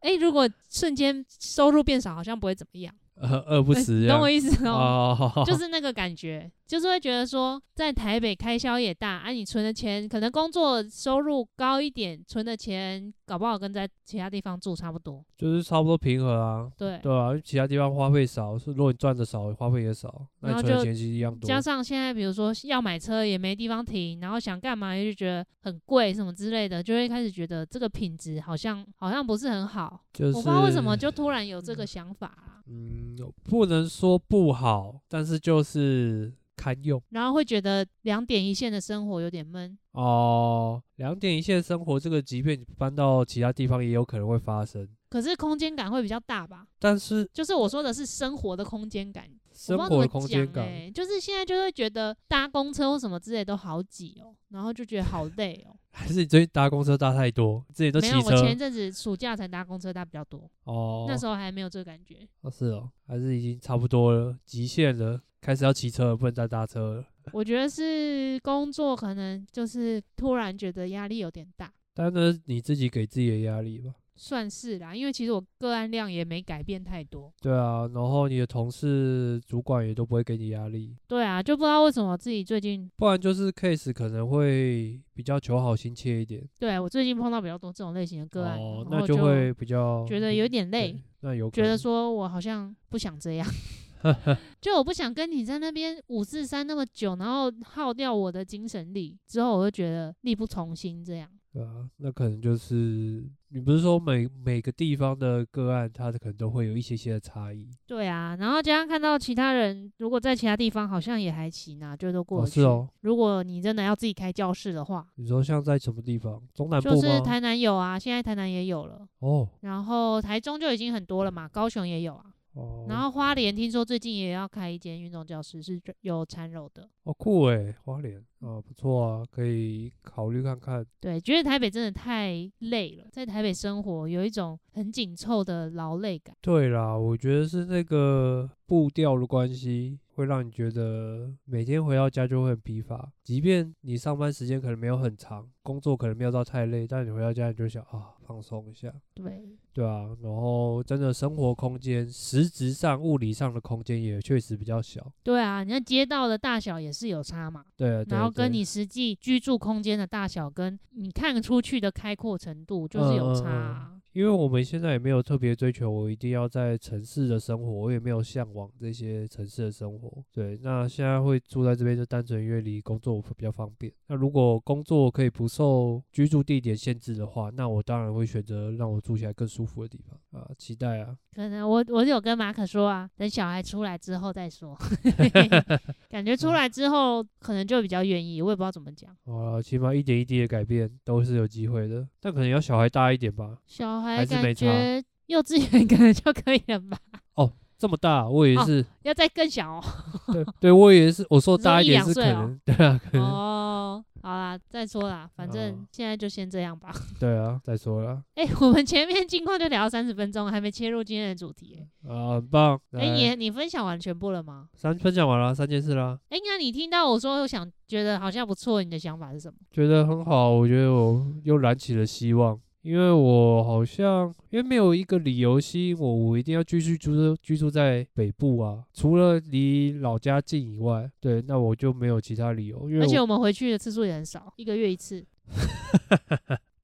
[SPEAKER 1] 哎、如果瞬间收入变少，好像不会怎么样，
[SPEAKER 2] 呃 饿不死
[SPEAKER 1] 你哎懂
[SPEAKER 2] 这样，
[SPEAKER 1] 我意思哦？
[SPEAKER 2] 哦，
[SPEAKER 1] 就是那个感觉，就是会觉得说，在台北开销也大，啊，你存的钱可能工作收入高一点，存的钱搞不好跟在其他地方住差不多，
[SPEAKER 2] 就是差不多平衡啊，
[SPEAKER 1] 对。
[SPEAKER 2] 对啊，因为其他地方花费少，是如果你赚的少，花费也少，那
[SPEAKER 1] 然后
[SPEAKER 2] 你
[SPEAKER 1] 就
[SPEAKER 2] 存的钱其实一样多。
[SPEAKER 1] 加上现在，比如说要买车也没地方停，然后想干嘛就觉得很贵什么之类的，就会开始觉得这个品质好像好像不是很好。
[SPEAKER 2] 就是嗯
[SPEAKER 1] 我不知道为什么就突然有这个想法、啊。
[SPEAKER 2] 嗯，不能说不好，但是就是。堪用
[SPEAKER 1] 然后会觉得两点一线的生活有点闷。
[SPEAKER 2] 哦。两点一线生活这个，即便你搬到其他地方，也有可能会发生。
[SPEAKER 1] 可是空间感会比较大吧，
[SPEAKER 2] 但是
[SPEAKER 1] 就是我说的是生活的空间感，
[SPEAKER 2] 生活的
[SPEAKER 1] 的
[SPEAKER 2] 空间感，
[SPEAKER 1] 欸，就是现在就会觉得搭公车或什么之类都好挤哦，然后就觉得好累哦。
[SPEAKER 2] 还是你最近搭公车搭太多，自己都骑
[SPEAKER 1] 没有，我
[SPEAKER 2] 车
[SPEAKER 1] 前一阵子暑假才搭公车搭比较多，
[SPEAKER 2] 哦。
[SPEAKER 1] 那时候还没有这个感觉。
[SPEAKER 2] 哦是哦，还是已经差不多了，极限了，开始要骑车了，不能再搭车了。
[SPEAKER 1] 我觉得是工作可能就是突然觉得压力有点大，
[SPEAKER 2] 但是你自己给自己的压力吧。
[SPEAKER 1] 算是啦，因为其实我个案量也没改变太多。
[SPEAKER 2] 对啊，然后你的同事、主管也都不会给你压力，
[SPEAKER 1] 对啊，就不知道为什么自己最近
[SPEAKER 2] 不然就是 case 可能会比较求好心切一点。
[SPEAKER 1] 对我最近碰到比较多这种类型的个案，
[SPEAKER 2] 哦，
[SPEAKER 1] 然
[SPEAKER 2] 那
[SPEAKER 1] 后
[SPEAKER 2] 就会比较嗯
[SPEAKER 1] 觉得有点累
[SPEAKER 2] 对，那有可
[SPEAKER 1] 觉
[SPEAKER 2] 能
[SPEAKER 1] 得说我好像不想这 样，就我不想跟你在那边五四三那么久，然后耗掉我的精神力，之后我就觉得力不从心这样。
[SPEAKER 2] 对啊，那可能就是你不是说每每个地方的个案，它可能都会有一些些的差异。
[SPEAKER 1] 对啊，然后加上看到其他人，如果在其他地方好像也还行啊，就都过
[SPEAKER 2] 哦，
[SPEAKER 1] 得去。
[SPEAKER 2] 是哦，
[SPEAKER 1] 如果你真的要自己开教室的话，
[SPEAKER 2] 你说像在什么地方？中南部吗？
[SPEAKER 1] 就是台南有啊，现在台南也有了，
[SPEAKER 2] 哦
[SPEAKER 1] 然后台中就已经很多了嘛，高雄也有啊，
[SPEAKER 2] 哦，
[SPEAKER 1] 然后花莲听说最近也要开一间运动教室，是有缠柔的。
[SPEAKER 2] 哦酷诶，花莲啊，不错啊，可以考虑看看。
[SPEAKER 1] 对，觉得台北真的太累了，在台北生活有一种很紧凑的劳累感。
[SPEAKER 2] 对啦，我觉得是那个步调的关系，会让你觉得每天回到家就会很疲乏。即便你上班时间可能没有很长，工作可能没有到太累，但你回到家你就想啊，放松一下，
[SPEAKER 1] 对，
[SPEAKER 2] 对啊。然后真的生活空间，实质上物理上的空间也确实比较小。
[SPEAKER 1] 对啊，你看街道的大小也是有差嘛，
[SPEAKER 2] 对啊，对啊
[SPEAKER 1] 然后跟
[SPEAKER 2] 对
[SPEAKER 1] 你实际居住空间的大小跟你看出去的开阔程度
[SPEAKER 2] 嗯
[SPEAKER 1] 就是有差、啊。
[SPEAKER 2] 因为我们现在也没有特别追求，我一定要在城市的生活，我也没有向往这些城市的生活。对，那现在会住在这边，就单纯因为离工作比较方便。那如果工作可以不受居住地点限制的话，那我当然会选择让我住起来更舒服的地方啊，期待啊。
[SPEAKER 1] 可能我我有跟马可说啊，等小孩出来之后再 说，感觉出
[SPEAKER 2] 嗯
[SPEAKER 1] 来之后可能就比较愿意，我也不知道怎么讲。
[SPEAKER 2] 啊，起码一点一滴的改变都是有机会的，但可能要小孩大一点吧。
[SPEAKER 1] 小孩
[SPEAKER 2] 还是
[SPEAKER 1] 感
[SPEAKER 2] 没差
[SPEAKER 1] 觉幼稚园可能就可以了吧，
[SPEAKER 2] 这么大，我也
[SPEAKER 1] 哦
[SPEAKER 2] 是，
[SPEAKER 1] 要再更小哦。
[SPEAKER 2] 对，对我也是，我说
[SPEAKER 1] 你说
[SPEAKER 2] 大
[SPEAKER 1] 一
[SPEAKER 2] 点
[SPEAKER 1] 两
[SPEAKER 2] 是可
[SPEAKER 1] 岁哦
[SPEAKER 2] 能，对啊， 可能，
[SPEAKER 1] 哦，好啦，再说啦，反正
[SPEAKER 2] 哦
[SPEAKER 1] 现在就先这样吧。
[SPEAKER 2] 对啊，再说了。
[SPEAKER 1] 哎、我们前面近况就聊到三十分钟，还没切入今天的主题、
[SPEAKER 2] 啊，很棒！
[SPEAKER 1] 哎，
[SPEAKER 2] 来
[SPEAKER 1] 哎、你你分享完全部了吗？
[SPEAKER 2] 三分享完了三件事啦，
[SPEAKER 1] 哎、那你听到我说我想觉得好像不错，你的想法是什么？
[SPEAKER 2] 觉得很好，我觉得我又燃起了希望，因为我好像因为没有一个理由吸引我，我一定要继续住居住在北部啊，除了离老家近以外，对，那我就没有其他理由，因为
[SPEAKER 1] 而且
[SPEAKER 2] 我
[SPEAKER 1] 我们回去的次数也很少，一个月一次。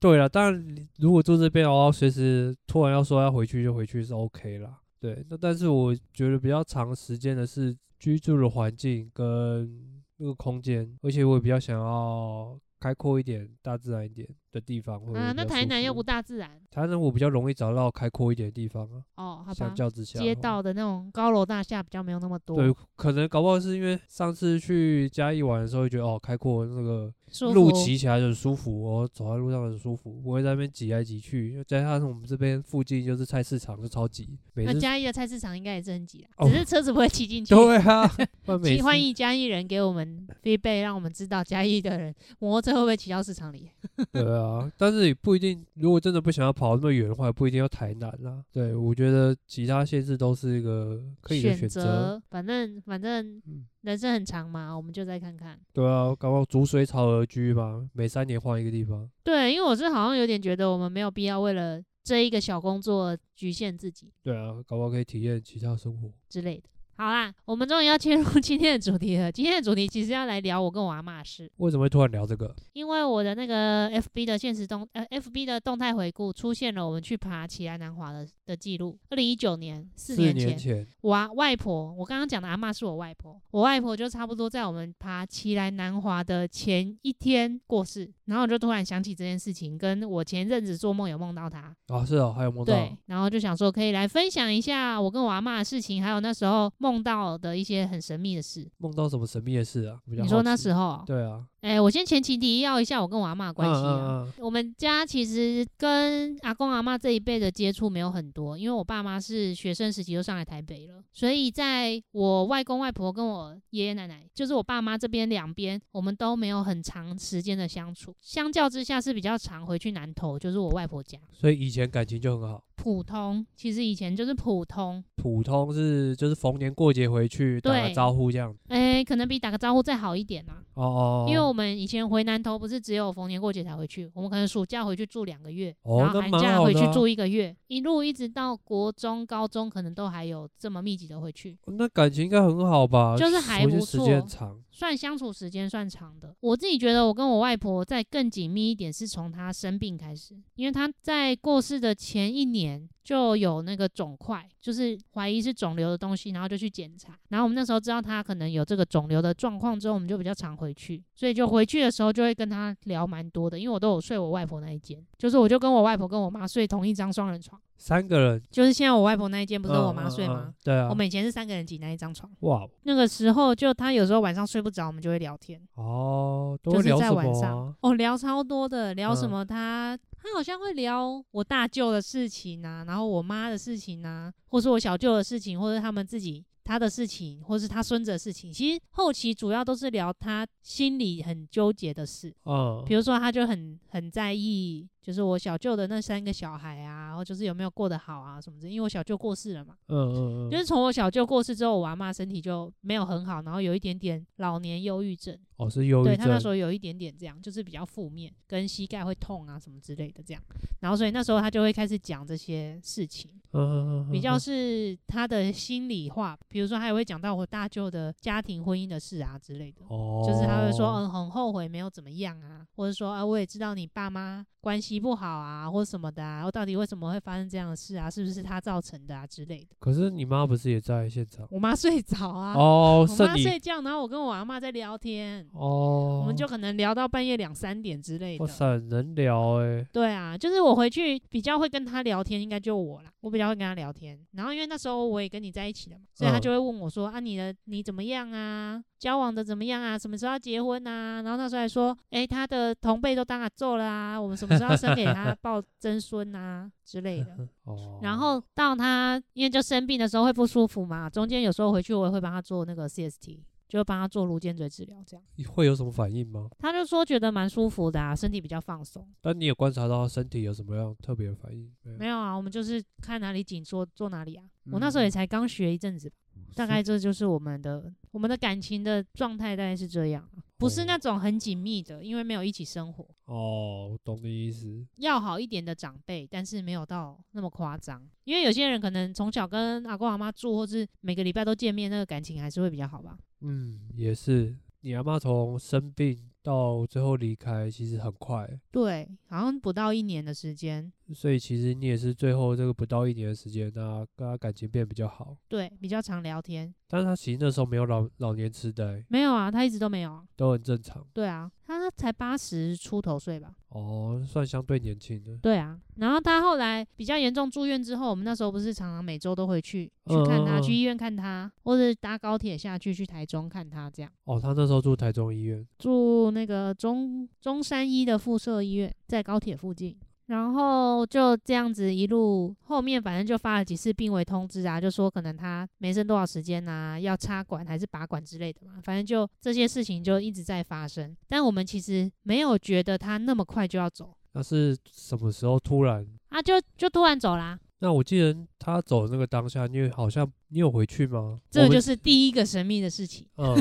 [SPEAKER 2] 对了，当然如果住这边的话，随时突然要说要回去就回去是 OK 啦，对，那但是我觉得比较长时间的是居住的环境跟那个空间，而且我也比较想要开阔一点、大自然一点的地方。会
[SPEAKER 1] 啊，
[SPEAKER 2] 比
[SPEAKER 1] 那
[SPEAKER 2] 较
[SPEAKER 1] 台
[SPEAKER 2] 舒
[SPEAKER 1] 南又
[SPEAKER 2] 服
[SPEAKER 1] 不大自然
[SPEAKER 2] 台南，我比较容易找到开阔一点的地方啊。
[SPEAKER 1] 哦，好吧
[SPEAKER 2] 相。较之下，哦
[SPEAKER 1] 街道的那种高楼大厦比较没有那么多，
[SPEAKER 2] 对，可能搞不好是因为上次去嘉义玩的时候，觉得哦，开阔那个
[SPEAKER 1] 舒
[SPEAKER 2] 路
[SPEAKER 1] 服
[SPEAKER 2] 骑起来很舒服，我、走在路上很舒服，不会在那边挤来挤去。又加上我们这边附近就是菜市场，就超挤，每
[SPEAKER 1] 那
[SPEAKER 2] 次
[SPEAKER 1] 嘉义的菜市场应该也是很挤啦，
[SPEAKER 2] 哦
[SPEAKER 1] 只是车子不会骑 进去。
[SPEAKER 2] 对啊， 不然每
[SPEAKER 1] 请
[SPEAKER 2] 次
[SPEAKER 1] 欢迎嘉义人给我们 feedback，让我们知道嘉义的人摩托车会不会骑到市场里。
[SPEAKER 2] 对啊，但是也不一定，如果真的不想要跑那么远的话，也不一定要台南啦。对，我觉得其他县市都是一个可以的选择。
[SPEAKER 1] 择，反正反正
[SPEAKER 2] 嗯
[SPEAKER 1] 人生很长嘛，我们就再看看。
[SPEAKER 2] 对啊，搞不好逐水草而居嘛，每三年换一个地方。
[SPEAKER 1] 对，因为我是好像有点觉得我们没有必要为了这一个小工作局限自己
[SPEAKER 2] 对啊，搞不好可以体验其他生活。
[SPEAKER 1] 之类的。好啦，我们终于要切入今天的主题了。今天的主题其实要来聊我跟我阿妈的事，
[SPEAKER 2] 为什么会突然聊这个？
[SPEAKER 1] 因为我的那 个 FB 的现实动呃 FB 的动态回顾出现了我们去爬奇来南华的的记录，二零一九年四年前
[SPEAKER 2] 年。前，
[SPEAKER 1] 我啊外婆，我刚刚讲的阿嬷是我外婆，我外婆就差不多在我们爬奇来南华的前一天过世，然后我就突然想起这件事情，跟我前阵子做梦有梦到他，
[SPEAKER 2] 啊，是哦，还有梦到
[SPEAKER 1] 对，然后就想说可以来分享一下我跟我阿妈的事情，还有那时候梦到的一些很神秘的事。
[SPEAKER 2] 梦到什么神秘的事啊？比
[SPEAKER 1] 你
[SPEAKER 2] 较好
[SPEAKER 1] 说那
[SPEAKER 2] 奇
[SPEAKER 1] 时候，
[SPEAKER 2] 对啊，
[SPEAKER 1] 哎、我先前情提要一下我跟我阿妈的关系啊。
[SPEAKER 2] 嗯嗯嗯
[SPEAKER 1] 我们家其实跟阿公阿妈这一辈的接触没有很多，因为我爸妈是学生时期就上来台北了，所以在我外公外婆跟我爷爷奶奶，就是我爸妈这边两边，我们都没有很长时间的相处。相较之下是比较常回去南投，就是我外婆家。
[SPEAKER 2] 所以以前感情就很好。
[SPEAKER 1] 普通，其实以前就是普通，
[SPEAKER 2] 普通是就是逢年过节回去打个
[SPEAKER 1] 对
[SPEAKER 2] 招呼这样。
[SPEAKER 1] 哎、可能比打个招呼再好一点啊啦、
[SPEAKER 2] 哦哦，哦
[SPEAKER 1] 因为我们以前回南投不是只有逢年过节才回去，我们可能暑假回去住两个月，
[SPEAKER 2] 哦
[SPEAKER 1] 然后
[SPEAKER 2] 那
[SPEAKER 1] 寒
[SPEAKER 2] 蛮
[SPEAKER 1] 假
[SPEAKER 2] 好
[SPEAKER 1] 回
[SPEAKER 2] 的
[SPEAKER 1] 去
[SPEAKER 2] 啊
[SPEAKER 1] 住一个月，一路一直到国中、高中，可能都还有这么密集的回去，
[SPEAKER 2] 那感情应该很好吧？
[SPEAKER 1] 就是还
[SPEAKER 2] 熟悉
[SPEAKER 1] 不
[SPEAKER 2] 时间
[SPEAKER 1] 错
[SPEAKER 2] 长。
[SPEAKER 1] 算相处时间算长的。我自己觉得，我跟我外婆再更紧密一点是从她生病开始，因为她在过世的前一年就有那个肿块，就是怀疑是肿瘤的东西，然后就去检查。然后我们那时候知道她可能有这个肿瘤的状况之后，我们就比较常回去，所以就回去的时候就会跟她聊蛮多的，因为我都有睡我外婆那一间，就是我就跟我外婆跟我妈睡同一张双人床，
[SPEAKER 2] 三个人
[SPEAKER 1] 就是现在我外婆那一间不是我妈
[SPEAKER 2] 嗯
[SPEAKER 1] 睡
[SPEAKER 2] 嗯
[SPEAKER 1] 吗
[SPEAKER 2] 嗯？对啊，
[SPEAKER 1] 我们以前是三个人挤那一张床，
[SPEAKER 2] 哇
[SPEAKER 1] 那个时候就她有时候晚上睡不着，我们就会聊天。
[SPEAKER 2] 哦，都
[SPEAKER 1] 就
[SPEAKER 2] 会
[SPEAKER 1] 是
[SPEAKER 2] 聊
[SPEAKER 1] 在
[SPEAKER 2] 什
[SPEAKER 1] 晚
[SPEAKER 2] 么
[SPEAKER 1] 上
[SPEAKER 2] 啊？
[SPEAKER 1] 哦，聊超多的，聊什
[SPEAKER 2] 嗯
[SPEAKER 1] 么他、他好像会聊我大舅的事情啊，然后我妈的事情啊，或是我小舅的事情，或者他们自己他的事情，或是他孙子的事情。其实后期主要都是聊他心里很纠结的事，
[SPEAKER 2] 嗯
[SPEAKER 1] 比，如说他就很很在意，就是我小舅的那三个小孩啊，然后就是有没有过得好啊什么的，因为我小舅过世了嘛。
[SPEAKER 2] 嗯嗯
[SPEAKER 1] 就
[SPEAKER 2] 嗯，
[SPEAKER 1] 是从我小舅过世之后，我阿妈身体就没有很好，然后有一点点老年忧郁症。
[SPEAKER 2] 哦，是忧
[SPEAKER 1] 对
[SPEAKER 2] 郁
[SPEAKER 1] 他那时
[SPEAKER 2] 症。
[SPEAKER 1] 候有一点点这样，就是比较负面，跟膝盖会痛啊什么之类的这样。然后所以那时候他就会开始讲这些事情，
[SPEAKER 2] 嗯嗯嗯，
[SPEAKER 1] 比较
[SPEAKER 2] 嗯
[SPEAKER 1] 是他的心里话，比如说他也会讲到我大舅的家庭婚姻的事啊之类的。
[SPEAKER 2] 哦，
[SPEAKER 1] 就是他会说，嗯，很后悔没有怎么样啊，或者说啊，我也知道你爸妈关系不好啊，或什么的啊，我到底为什么会发生这样的事啊？是不是他造成的啊之类的？
[SPEAKER 2] 可是你妈不是也在现场？
[SPEAKER 1] 我妈睡着啊，
[SPEAKER 2] 哦，
[SPEAKER 1] 我
[SPEAKER 2] 剩
[SPEAKER 1] 妈
[SPEAKER 2] 你
[SPEAKER 1] 睡觉，然后我跟我阿妈在聊天，
[SPEAKER 2] 哦，
[SPEAKER 1] 我们就可能聊到半夜两三点之类的
[SPEAKER 2] 哇。塞，能聊哎，
[SPEAKER 1] 对啊，就是我回去比较会跟他聊天，应该就我啦，我比较会跟他聊天。然后因为那时候我也跟你在一起了嘛，所以他
[SPEAKER 2] 嗯
[SPEAKER 1] 就会问我说：“啊，你的你怎么样啊？交往的怎么样啊？什么时候要结婚啊？”然后那时候还说：“诶，他的同辈都当阿揍了啊，我们什么时候要生给 他抱曾孙啊之类的。”
[SPEAKER 2] 哦，
[SPEAKER 1] 然后到他因为就生病的时候会不舒服嘛，中间有时候回去我也会帮他做那个 CST，就帮他做颅间椎治疗这样。
[SPEAKER 2] 会有什么反应吗？
[SPEAKER 1] 他就说觉得蛮舒服的啊，身体比较放松。
[SPEAKER 2] 但你有观察到她身体有什么样特别的反应？没有
[SPEAKER 1] 没有啊，我们就是看哪里紧缩做哪里啊。我那时候也
[SPEAKER 2] 嗯
[SPEAKER 1] 才刚学一阵子吧，大概这就是我们的我们的感情的状态大概是这样啊，不是
[SPEAKER 2] 哦
[SPEAKER 1] 那种很紧密的，因为没有一起生活。
[SPEAKER 2] 哦，我懂你意思。
[SPEAKER 1] 要好一点的长辈，但是没有到那么夸张，因为有些人可能从小跟阿公阿妈住，或是每个礼拜都见面，那个感情还是会比较好吧。
[SPEAKER 2] 嗯，也是。你阿妈从生病到最后离开，其实很快，
[SPEAKER 1] 对，好像不到一年的时间，
[SPEAKER 2] 所以其实你也是最后这个不到一年的时间，那跟她感情变比较好。
[SPEAKER 1] 对，比较常聊天。
[SPEAKER 2] 但是她其实那时候没有老老年痴呆，
[SPEAKER 1] 没有啊，他一直都没有啊。
[SPEAKER 2] 都很正常。
[SPEAKER 1] 对啊，他才八十出头岁吧。
[SPEAKER 2] 哦，算相对年轻的。
[SPEAKER 1] 对啊，然后他后来比较严重住院之后，我们那时候不是常常每周都会去去看他，
[SPEAKER 2] 嗯嗯嗯
[SPEAKER 1] 去医院看他，或者搭高铁下去去台中看他，这样
[SPEAKER 2] 哦，她那时候住台中医院。
[SPEAKER 1] 住那个中中山医的附设医院，在高铁附近。然后就这样子一路，后面反正就发了几次病危通知啊，就说可能他没剩多少时间啊，要插管还是拔管之类的嘛，反正就这些事情就一直在发生。但我们其实没有觉得他那么快就要走，
[SPEAKER 2] 那是什么时候突然？
[SPEAKER 1] 啊就就突然走啦、
[SPEAKER 2] 那我记得她走的那个当下，你有好像你有回去吗？
[SPEAKER 1] 这
[SPEAKER 2] 我们
[SPEAKER 1] 就是第一个神秘的事情。
[SPEAKER 2] 嗯，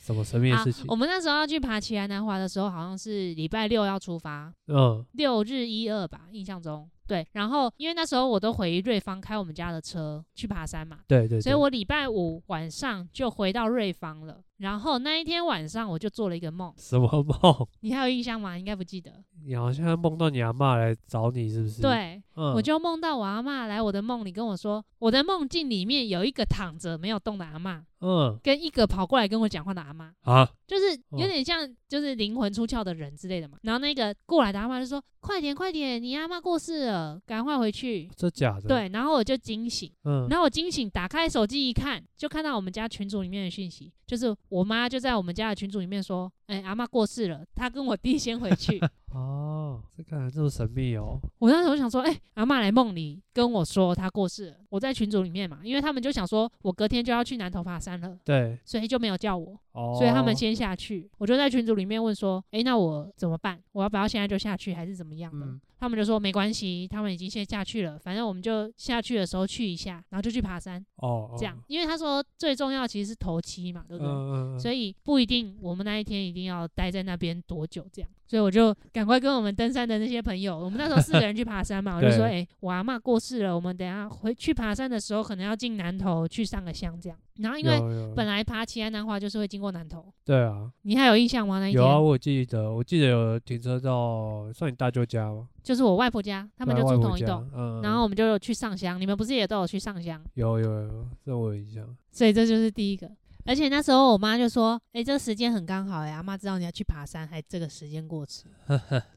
[SPEAKER 2] 什么神秘的
[SPEAKER 1] 啊
[SPEAKER 2] 事情？
[SPEAKER 1] 我们那时候要去爬奇兰南华的时候，好像是礼拜六要出发，
[SPEAKER 2] 嗯，
[SPEAKER 1] 六日一二吧，印象中。对，然后因为那时候我都回瑞芳开我们家的车去爬山嘛，
[SPEAKER 2] 对对对。
[SPEAKER 1] 所以我礼拜五晚上就回到瑞芳了。然后那一天晚上我就做了一个梦，
[SPEAKER 2] 什么梦？
[SPEAKER 1] 你还有印象吗？应该不记得。
[SPEAKER 2] 你好像梦到你阿妈来找你，是不是？，
[SPEAKER 1] 对，
[SPEAKER 2] 嗯、
[SPEAKER 1] 我就梦到我阿嬷来我的梦里跟我说，我的梦境里面有一个躺着没有动的阿嬷，
[SPEAKER 2] 嗯
[SPEAKER 1] 跟一个跑过来跟我讲话的阿嬷，
[SPEAKER 2] 啊，
[SPEAKER 1] 就是
[SPEAKER 2] 哦
[SPEAKER 1] 有点像就是灵魂出窍的人之类的嘛。然后那个过来的阿嬷就说：“快点，快点，你阿嬷过世了，赶快回去。
[SPEAKER 2] 这假”的？，
[SPEAKER 1] 对，然后我就惊醒，
[SPEAKER 2] 嗯，
[SPEAKER 1] 然后我惊醒，打开手机一看，就看到我们家群组里面的讯息，就是我妈就在我们家的群组里面说：“哎、阿嬷过世了，她跟我弟先回 去。”
[SPEAKER 2] 哦，这看来这么神秘哦。
[SPEAKER 1] 我那时候想说，哎、阿嬷来梦里跟我说她过世了，我在群组里面嘛，因为他们就想说我隔天就要去南头爬山了，
[SPEAKER 2] 对，
[SPEAKER 1] 所以就没有叫我，
[SPEAKER 2] 哦，
[SPEAKER 1] 所以他们先下去。我就在群组里面问说，哎、那我怎么办？我要不要现在就下去，还是怎么样的？
[SPEAKER 2] 嗯
[SPEAKER 1] 他们就说没关系，他们已经先下去了，反正我们就下去的时候去一下，然后就去爬山，
[SPEAKER 2] 哦，
[SPEAKER 1] 这样。因为他说最重要其实是头七嘛，对
[SPEAKER 2] 嗯，
[SPEAKER 1] 不对？
[SPEAKER 2] 嗯嗯，
[SPEAKER 1] 所以不一定我们那一天一定要待在那边多久这样。所以我就赶快跟我们登山的那些朋友，我们那时候四个人去爬山 嘛，我就
[SPEAKER 2] 对
[SPEAKER 1] 说：“哎、我阿嬷过世了，我们等一下回去爬山的时候，可能要进南头去上个香这样。”然后因为
[SPEAKER 2] 嗯有有
[SPEAKER 1] 本来爬奇安南华就是会经过南头，
[SPEAKER 2] 对啊，
[SPEAKER 1] 你还有印象吗？那一天、
[SPEAKER 2] 有啊，我记得，我记得有停车到算你大舅家吗？
[SPEAKER 1] 就是我外婆家，他们
[SPEAKER 2] 对
[SPEAKER 1] 就
[SPEAKER 2] 啊
[SPEAKER 1] 住
[SPEAKER 2] 外婆
[SPEAKER 1] 同一
[SPEAKER 2] 家
[SPEAKER 1] 栋，
[SPEAKER 2] 嗯，
[SPEAKER 1] 然后我们就有去上香。你们不是也都有去上香？
[SPEAKER 2] 有有有，这我有印象。
[SPEAKER 1] 所以这就是第一个。而且那时候我妈就说：“哎、这时间很刚好、哎，阿妈知道你要去爬山，还这个时间过去。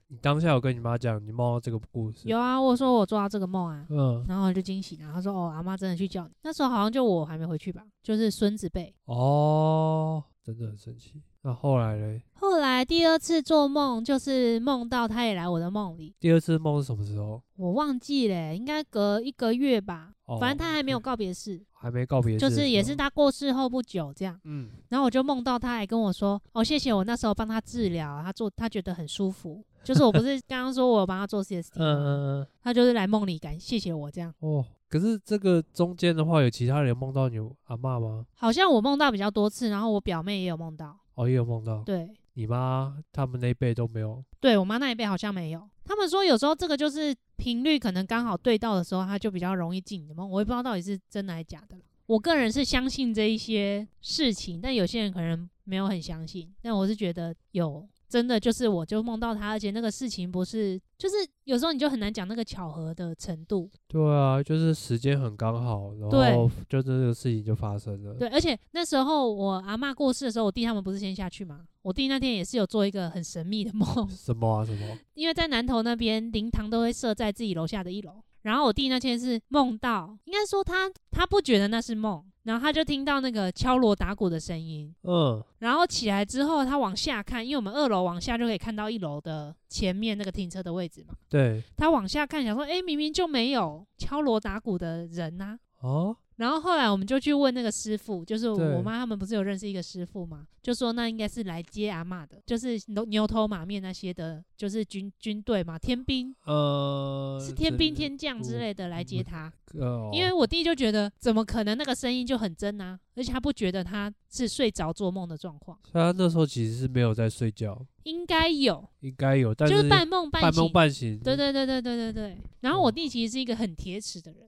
[SPEAKER 2] 你当下有跟你妈讲你梦到这个故”事？
[SPEAKER 1] 有啊，我说我做到这个梦啊。
[SPEAKER 2] 嗯，
[SPEAKER 1] 然后我就惊喜，然后说：“哦，阿妈真的去叫你。”那时候好像就我还没回去吧，就是孙子辈。
[SPEAKER 2] 哦，真的很神奇。那后来嘞，
[SPEAKER 1] 后来第二次做梦，就是梦到他也来我的梦里，
[SPEAKER 2] 第二次梦是什么时候？
[SPEAKER 1] 我忘记了、应该隔一个月吧。
[SPEAKER 2] 哦
[SPEAKER 1] 反正他还没有告别式，
[SPEAKER 2] 还没告别式
[SPEAKER 1] 就
[SPEAKER 2] 的时候，
[SPEAKER 1] 是也是他过世后不久这样。
[SPEAKER 2] 嗯，
[SPEAKER 1] 然后我就梦到他还跟我说：“哦，谢谢我那时候帮他治疗，他做他觉得很舒服。”就是我不是刚刚说我有帮他做 CST，
[SPEAKER 2] 嗯嗯
[SPEAKER 1] 吗、
[SPEAKER 2] 嗯嗯，
[SPEAKER 1] 他就是来梦里感谢谢我这样。
[SPEAKER 2] 哦。可是这个中间的话，有其他人梦到你阿嬷吗？
[SPEAKER 1] 好像我梦到比较多次，然后我表妹也有梦到，
[SPEAKER 2] 哦，也有梦到。
[SPEAKER 1] 对。
[SPEAKER 2] 你妈他们那一辈都没有。
[SPEAKER 1] 对我妈那一辈好像没有，他们说有时候这个就是频率可能刚好对到的时候，它就比较容易进你的梦。我也不知道到底是真的还是假的啦我个人是相信这一些事情，但有些人可能没有很相信。但我是觉得有真的就是我就梦到他，而且那个事情不是，就是有时候你就很难讲那个巧合的程度。
[SPEAKER 2] 对啊，就是时间很刚好，然
[SPEAKER 1] 对
[SPEAKER 2] 后就这个事情就发生了。
[SPEAKER 1] 对，而且那时候我阿嬷过世的时候，我弟他们不是先下去吗？我弟那天也是有做一个很神秘的梦，
[SPEAKER 2] 什么啊什么？
[SPEAKER 1] 因为在南头那边灵堂都会设在自己楼下的一楼。然后我弟那天是梦到，应该说他他不觉得那是梦，然后他就听到那个敲锣打鼓的声音，
[SPEAKER 2] 嗯，
[SPEAKER 1] 然后起来之后他往下看，因为我们二楼往下就可以看到一楼的前面那个停车的位置嘛。
[SPEAKER 2] 对。
[SPEAKER 1] 他往下看，想说，诶，明明就没有敲锣打鼓的人呐、
[SPEAKER 2] 哦，
[SPEAKER 1] 然后后来我们就去问那个师傅，就是
[SPEAKER 2] 对
[SPEAKER 1] 我妈他们不是有认识一个师傅嘛，就说那应该是来接阿嬷的，就是牛牛头马面那些的，就是军军队嘛，天兵
[SPEAKER 2] 呃，
[SPEAKER 1] 是天兵
[SPEAKER 2] 这
[SPEAKER 1] 天将之类的来接他。
[SPEAKER 2] 呃，
[SPEAKER 1] 因为我弟就觉得怎么可能那个声音就很真啊，而且他不觉得他是睡着做梦的状况，
[SPEAKER 2] 所以他那时候其实是没有在睡觉，
[SPEAKER 1] 应该有，
[SPEAKER 2] 应该有，但
[SPEAKER 1] 就是是半梦半
[SPEAKER 2] 半
[SPEAKER 1] 醒
[SPEAKER 2] 梦。半醒，哦
[SPEAKER 1] 对对对对对对对。然后我弟其实是一个很铁齿的人，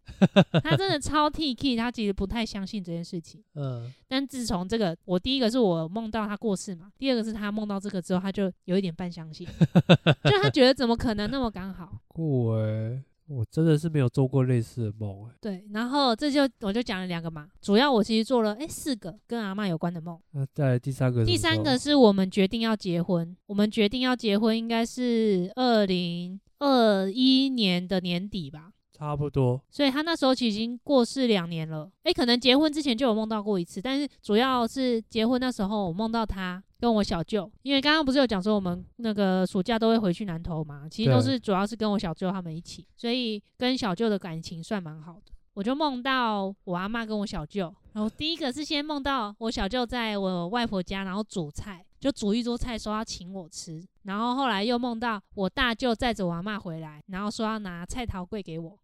[SPEAKER 1] 他真的超 T K，他其实不太相信这件事情。
[SPEAKER 2] 嗯，
[SPEAKER 1] 但自从这个，我第一个是我梦到他过世嘛，第二个是他梦到这个之后，他就有一点半相信， 就他觉得怎么可能那么刚好？
[SPEAKER 2] 酷欸我真的是没有做过类似的梦、欸，
[SPEAKER 1] 对，然后这就我就讲了两个嘛，主要我其实做了诶四个跟阿嬷有关的梦。
[SPEAKER 2] 那再来第三个是
[SPEAKER 1] 第
[SPEAKER 2] 什么时
[SPEAKER 1] 三
[SPEAKER 2] 候，
[SPEAKER 1] 个是我们决定要结婚，我们决定要结婚应该是二零二一年的年底吧，
[SPEAKER 2] 差不多，
[SPEAKER 1] 所以他那时候其实已经过世两年了。诶，可能结婚之前就有梦到过一次，但是主要是结婚那时候我梦到他跟我小舅，因为刚刚不是有讲说我们那个暑假都会回去南投嘛，其实
[SPEAKER 2] 对
[SPEAKER 1] 都是主要是跟我小舅他们一起，所以跟小舅的感情算蛮好的。我就梦到我阿嬷跟我小舅，然后第一个是先梦到我小舅在我外婆家，然后煮菜，就煮一桌菜说要请我吃，然后后来又梦到我大舅载着我阿嬷回来，然后说要拿菜桃柜给我。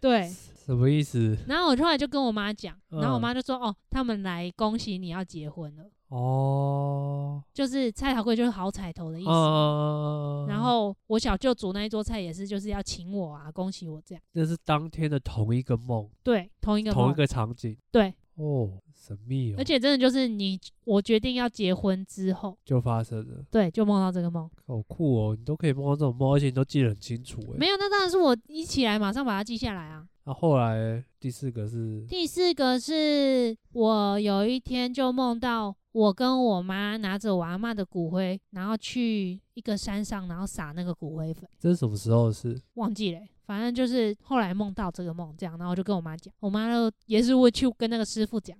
[SPEAKER 1] 对，
[SPEAKER 2] 什么意思？
[SPEAKER 1] 然后我后来就跟我妈讲，然后我
[SPEAKER 2] 嗯
[SPEAKER 1] 妈就说：“哦，他们来恭喜你要结婚了，
[SPEAKER 2] 哦，
[SPEAKER 1] 就是菜桃柜就是好彩头的意思。
[SPEAKER 2] 啊，
[SPEAKER 1] 然后我小舅煮那一桌菜也是，就是要请我啊，恭喜我这样。
[SPEAKER 2] 这是当天的同一个梦，
[SPEAKER 1] 对，同一个
[SPEAKER 2] 同一
[SPEAKER 1] 梦
[SPEAKER 2] 个场景，
[SPEAKER 1] 对，
[SPEAKER 2] 哦，神秘哦，
[SPEAKER 1] 而且真的就是你我决定要结婚之后，
[SPEAKER 2] 就发生了，
[SPEAKER 1] 对，就梦到这个梦。
[SPEAKER 2] 好酷哦！你都可以梦到这种梦，而且你都记得很清楚哎。
[SPEAKER 1] 没有，那当然是我一起来马上把它记下来啊。
[SPEAKER 2] 那、后来第四个是
[SPEAKER 1] 第四个是我有一天就梦到我跟我妈拿着我阿妈的骨灰，然后去一个山上，然后撒那个骨灰粉，
[SPEAKER 2] 这是什么时候的事？
[SPEAKER 1] 忘记了欸、反正就是后来梦到这个梦，这样，然后我就跟我妈讲，我妈就也是会去跟那个师傅 讲，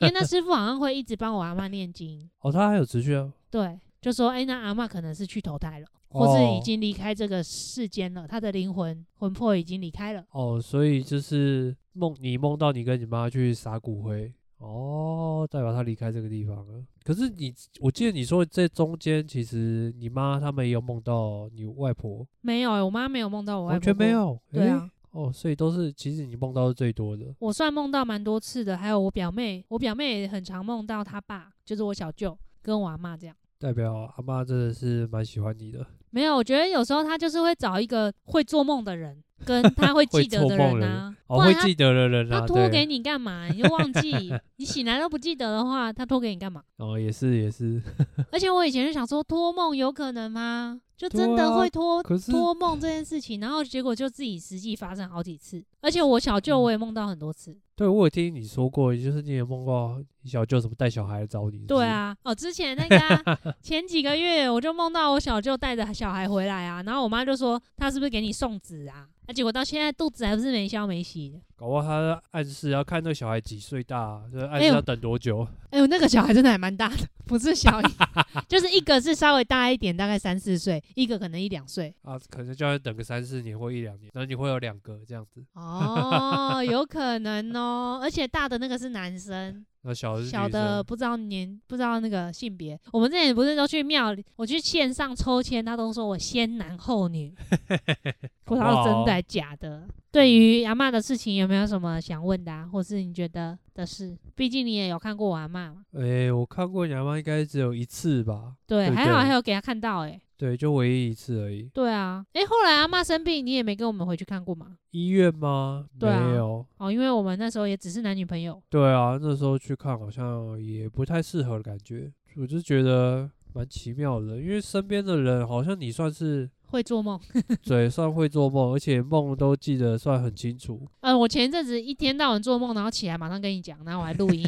[SPEAKER 1] 因为那师傅好像会一直帮我阿妈念经，
[SPEAKER 2] 哦，他还有持续啊，
[SPEAKER 1] 对，就说，哎、那阿妈可能是去投胎了，或是
[SPEAKER 2] 哦
[SPEAKER 1] 已经离开这个世间了，她的灵魂魂魄已经离开了。
[SPEAKER 2] 哦哦，所以就是梦你梦到你跟你妈去撒骨灰。哦，代表他离开这个地方了。可是你，我记得你说这中间其实你妈他们也有梦到你外婆，
[SPEAKER 1] 没有欸、我妈没有梦到我外
[SPEAKER 2] 完
[SPEAKER 1] 婆
[SPEAKER 2] 全没
[SPEAKER 1] 过。
[SPEAKER 2] 有。
[SPEAKER 1] 对
[SPEAKER 2] 诶
[SPEAKER 1] 啊，
[SPEAKER 2] 哦，所以都是其实你梦到是最多的。
[SPEAKER 1] 我算梦到蛮多次的，还有我表妹，我表妹也很常梦到她爸，就是我小舅跟我阿妈这样。
[SPEAKER 2] 代表阿妈真的是蛮喜欢你的，
[SPEAKER 1] 没有，我觉得有时候她就是会找一个会做梦的人， 跟她会记得的
[SPEAKER 2] 会做梦
[SPEAKER 1] 人
[SPEAKER 2] 的
[SPEAKER 1] 啊
[SPEAKER 2] 人，
[SPEAKER 1] 不
[SPEAKER 2] 哦，会
[SPEAKER 1] 然她
[SPEAKER 2] 记得的人
[SPEAKER 1] 她
[SPEAKER 2] 啊，
[SPEAKER 1] 托
[SPEAKER 2] 对，
[SPEAKER 1] 给你干嘛？你就忘 记，你醒来都不记得的话，她托给你干嘛？
[SPEAKER 2] 哦，也是也是，
[SPEAKER 1] 而且我以前就想说，托梦有可能吗？就真
[SPEAKER 2] 对
[SPEAKER 1] 的
[SPEAKER 2] 啊
[SPEAKER 1] 会托、
[SPEAKER 2] 可是
[SPEAKER 1] 托梦这件事情，然后结果就自己实际发生好几次，而且我小
[SPEAKER 2] 嗯
[SPEAKER 1] 舅我也梦到很多次。
[SPEAKER 2] 对我有听你说过，就是你也梦过你小舅什么带小孩来找你，是不
[SPEAKER 1] 对
[SPEAKER 2] 是，
[SPEAKER 1] 啊，哦，之前 那个、啊、前几个月我就梦到我小舅带着小孩回来啊，然后我妈就说他是不是给你送纸啊？啊，结果到现在肚子还不是没消没息的。
[SPEAKER 2] 搞不好他在暗示要看那个小孩几岁大，啊就是暗
[SPEAKER 1] 哎
[SPEAKER 2] 示
[SPEAKER 1] 呦
[SPEAKER 2] 要等多久，
[SPEAKER 1] 哎呦，那个小孩真的还蛮大的，不是小， 就是一个是稍微大一点，大概三四岁，一个可能一两岁。
[SPEAKER 2] 啊，可能就要等个三四年或一两年，然后你会有两个这样子，
[SPEAKER 1] 哦，有可能哦，而且大的那个是男生，
[SPEAKER 2] 那小哦的是
[SPEAKER 1] 小
[SPEAKER 2] 女
[SPEAKER 1] 的
[SPEAKER 2] 生，
[SPEAKER 1] 不知道年，不知道那个性别。我们之前不是都去庙里，我去线上抽签，他都说我先男后 女，不知道
[SPEAKER 2] 搞不好
[SPEAKER 1] 真的还假的。
[SPEAKER 2] 哦
[SPEAKER 1] 对于阿嬷的事情，有没有什么想问的、啊，或是你觉得的事？毕竟你也有看过我阿嬷嘛，
[SPEAKER 2] 哎，我看过你阿妈应该只有一次吧，
[SPEAKER 1] 对，
[SPEAKER 2] 对
[SPEAKER 1] 还好
[SPEAKER 2] 对
[SPEAKER 1] 还有给她看到、欸，诶，
[SPEAKER 2] 对，就唯一一次而已。
[SPEAKER 1] 对啊，诶、后来阿嬷生病，你也没跟我们回去看过嘛？
[SPEAKER 2] 医院吗？
[SPEAKER 1] 对啊
[SPEAKER 2] 没有。
[SPEAKER 1] 哦，因为我们那时候也只是男女朋友，
[SPEAKER 2] 对啊，那时候去看好像也不太适合的感觉，我就觉得蛮奇妙的，因为身边的人好像你算是
[SPEAKER 1] 会做梦。
[SPEAKER 2] 嘴算会做梦，而且梦都记得算很清楚。
[SPEAKER 1] 呃，我前一阵子一天到晚做梦，然后起来马上跟你讲，然后我还录 音，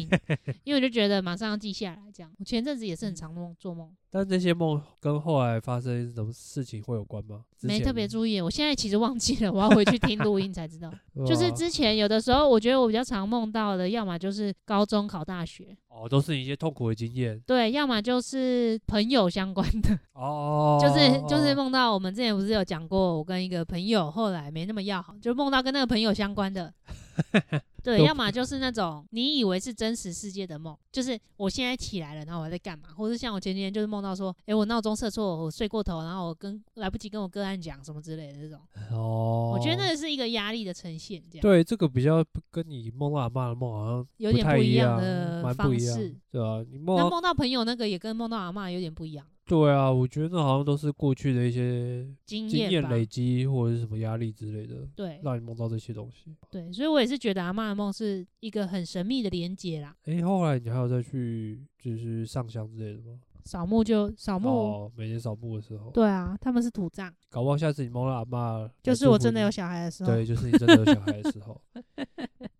[SPEAKER 1] 因为我就觉得马上要记下来。这样，我前阵子也是很常梦做梦，
[SPEAKER 2] 但那些梦跟后来发生什么事情会有关吗？之
[SPEAKER 1] 没
[SPEAKER 2] 前
[SPEAKER 1] 特别
[SPEAKER 2] 的，
[SPEAKER 1] 注意。我现在其实忘记了，我要回去听录音才知道。
[SPEAKER 2] 对啊
[SPEAKER 1] 就是
[SPEAKER 2] 吧
[SPEAKER 1] 之前有的时候，我觉得我比较常梦到的，要么就是高中考大学，
[SPEAKER 2] 哦，都是一些痛苦的经验
[SPEAKER 1] 对，要么就是朋友相关的，
[SPEAKER 2] 哦，
[SPEAKER 1] 就是就是
[SPEAKER 2] 哦
[SPEAKER 1] 梦到我们之前不是有讲过，我跟一个朋友后来没那么要好，就梦到跟那个朋友相关 的。对，
[SPEAKER 2] 都
[SPEAKER 1] 要么就是那种你以为是真实世界的梦，就是我现在起来了，然后我还在干嘛，或者像我前几天就是梦到说，诶，我闹钟设错，我睡过头，然后我跟来不及跟我个案讲什么之类的这种，
[SPEAKER 2] 哦
[SPEAKER 1] 我觉得那是一个压力的呈现，这样
[SPEAKER 2] 对这个比较不跟你梦到阿妈的梦好像
[SPEAKER 1] 有点
[SPEAKER 2] 太
[SPEAKER 1] 不一
[SPEAKER 2] 一
[SPEAKER 1] 样的
[SPEAKER 2] 蛮不
[SPEAKER 1] 方
[SPEAKER 2] 一样
[SPEAKER 1] 式，
[SPEAKER 2] 对啊，你梦
[SPEAKER 1] 那
[SPEAKER 2] 到
[SPEAKER 1] 梦到朋友那个也跟梦到阿嬷有点不一样，
[SPEAKER 2] 对啊，我觉得那好像都是过去的一些
[SPEAKER 1] 经
[SPEAKER 2] 经
[SPEAKER 1] 验
[SPEAKER 2] 验
[SPEAKER 1] 吧。
[SPEAKER 2] 累积或者是什么压力之类的，
[SPEAKER 1] 对
[SPEAKER 2] 让你梦到这些东西。
[SPEAKER 1] 对，所以我也是觉得阿嬷的梦是一个很神秘的连接啦。
[SPEAKER 2] 诶，后来你还有再去就是上香之类的吗？
[SPEAKER 1] 扫墓就扫墓，
[SPEAKER 2] 哦，每天扫墓的时候，
[SPEAKER 1] 对啊，他们是土葬，
[SPEAKER 2] 搞不好下次你梦到阿妈，
[SPEAKER 1] 就是我真的有小孩的时候，
[SPEAKER 2] 对，就是你真的有小孩的时 候，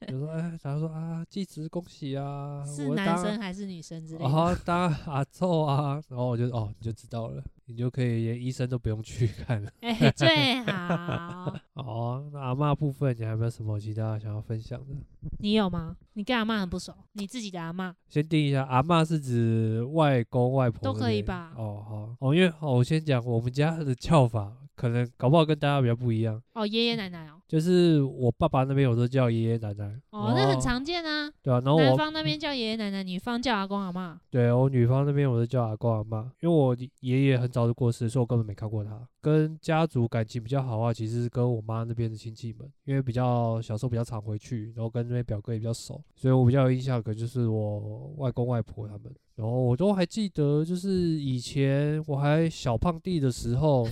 [SPEAKER 2] 就说哎，然后说啊，继子恭喜啊，
[SPEAKER 1] 是
[SPEAKER 2] 我
[SPEAKER 1] 男
[SPEAKER 2] 当
[SPEAKER 1] 生还是女生之类的。
[SPEAKER 2] 啊，当阿奏啊，然后我就哦，你就知道了，你就可以连医生都不用去看了。
[SPEAKER 1] 哎、最好
[SPEAKER 2] 哦，那阿嬷部分你还有没有什么其他想要分享的？
[SPEAKER 1] 你有吗？你跟阿嬷很不熟，你自己的阿嬷
[SPEAKER 2] 先定一下，阿嬷是指外公外婆
[SPEAKER 1] 都
[SPEAKER 2] 那
[SPEAKER 1] 可以
[SPEAKER 2] 边
[SPEAKER 1] 吧
[SPEAKER 2] 哦，好，哦，因为哦，我先讲我们家的叫法，可能搞不好跟大家比较不一样，
[SPEAKER 1] 哦，爷爷奶奶哦，
[SPEAKER 2] 就是我爸爸那边有时候叫爷爷奶奶，
[SPEAKER 1] 哦，那很，常见啊。
[SPEAKER 2] 对啊，然后
[SPEAKER 1] 男
[SPEAKER 2] 我哦
[SPEAKER 1] 方那边叫爷爷奶奶，女方叫阿公阿嬷。
[SPEAKER 2] 对我女方那边我是叫阿公阿嬷，因为我爷爷很早就过世，所以我根本没看过他。跟家族感情比较好的话，其实是跟我妈那边的亲戚们，因为比较小时候比较常回去，然后跟那边表哥也比较熟，所以我比较有印象，可能就是我外公外婆他们。然后我都还记得，就是以前我还小胖 弟的时候，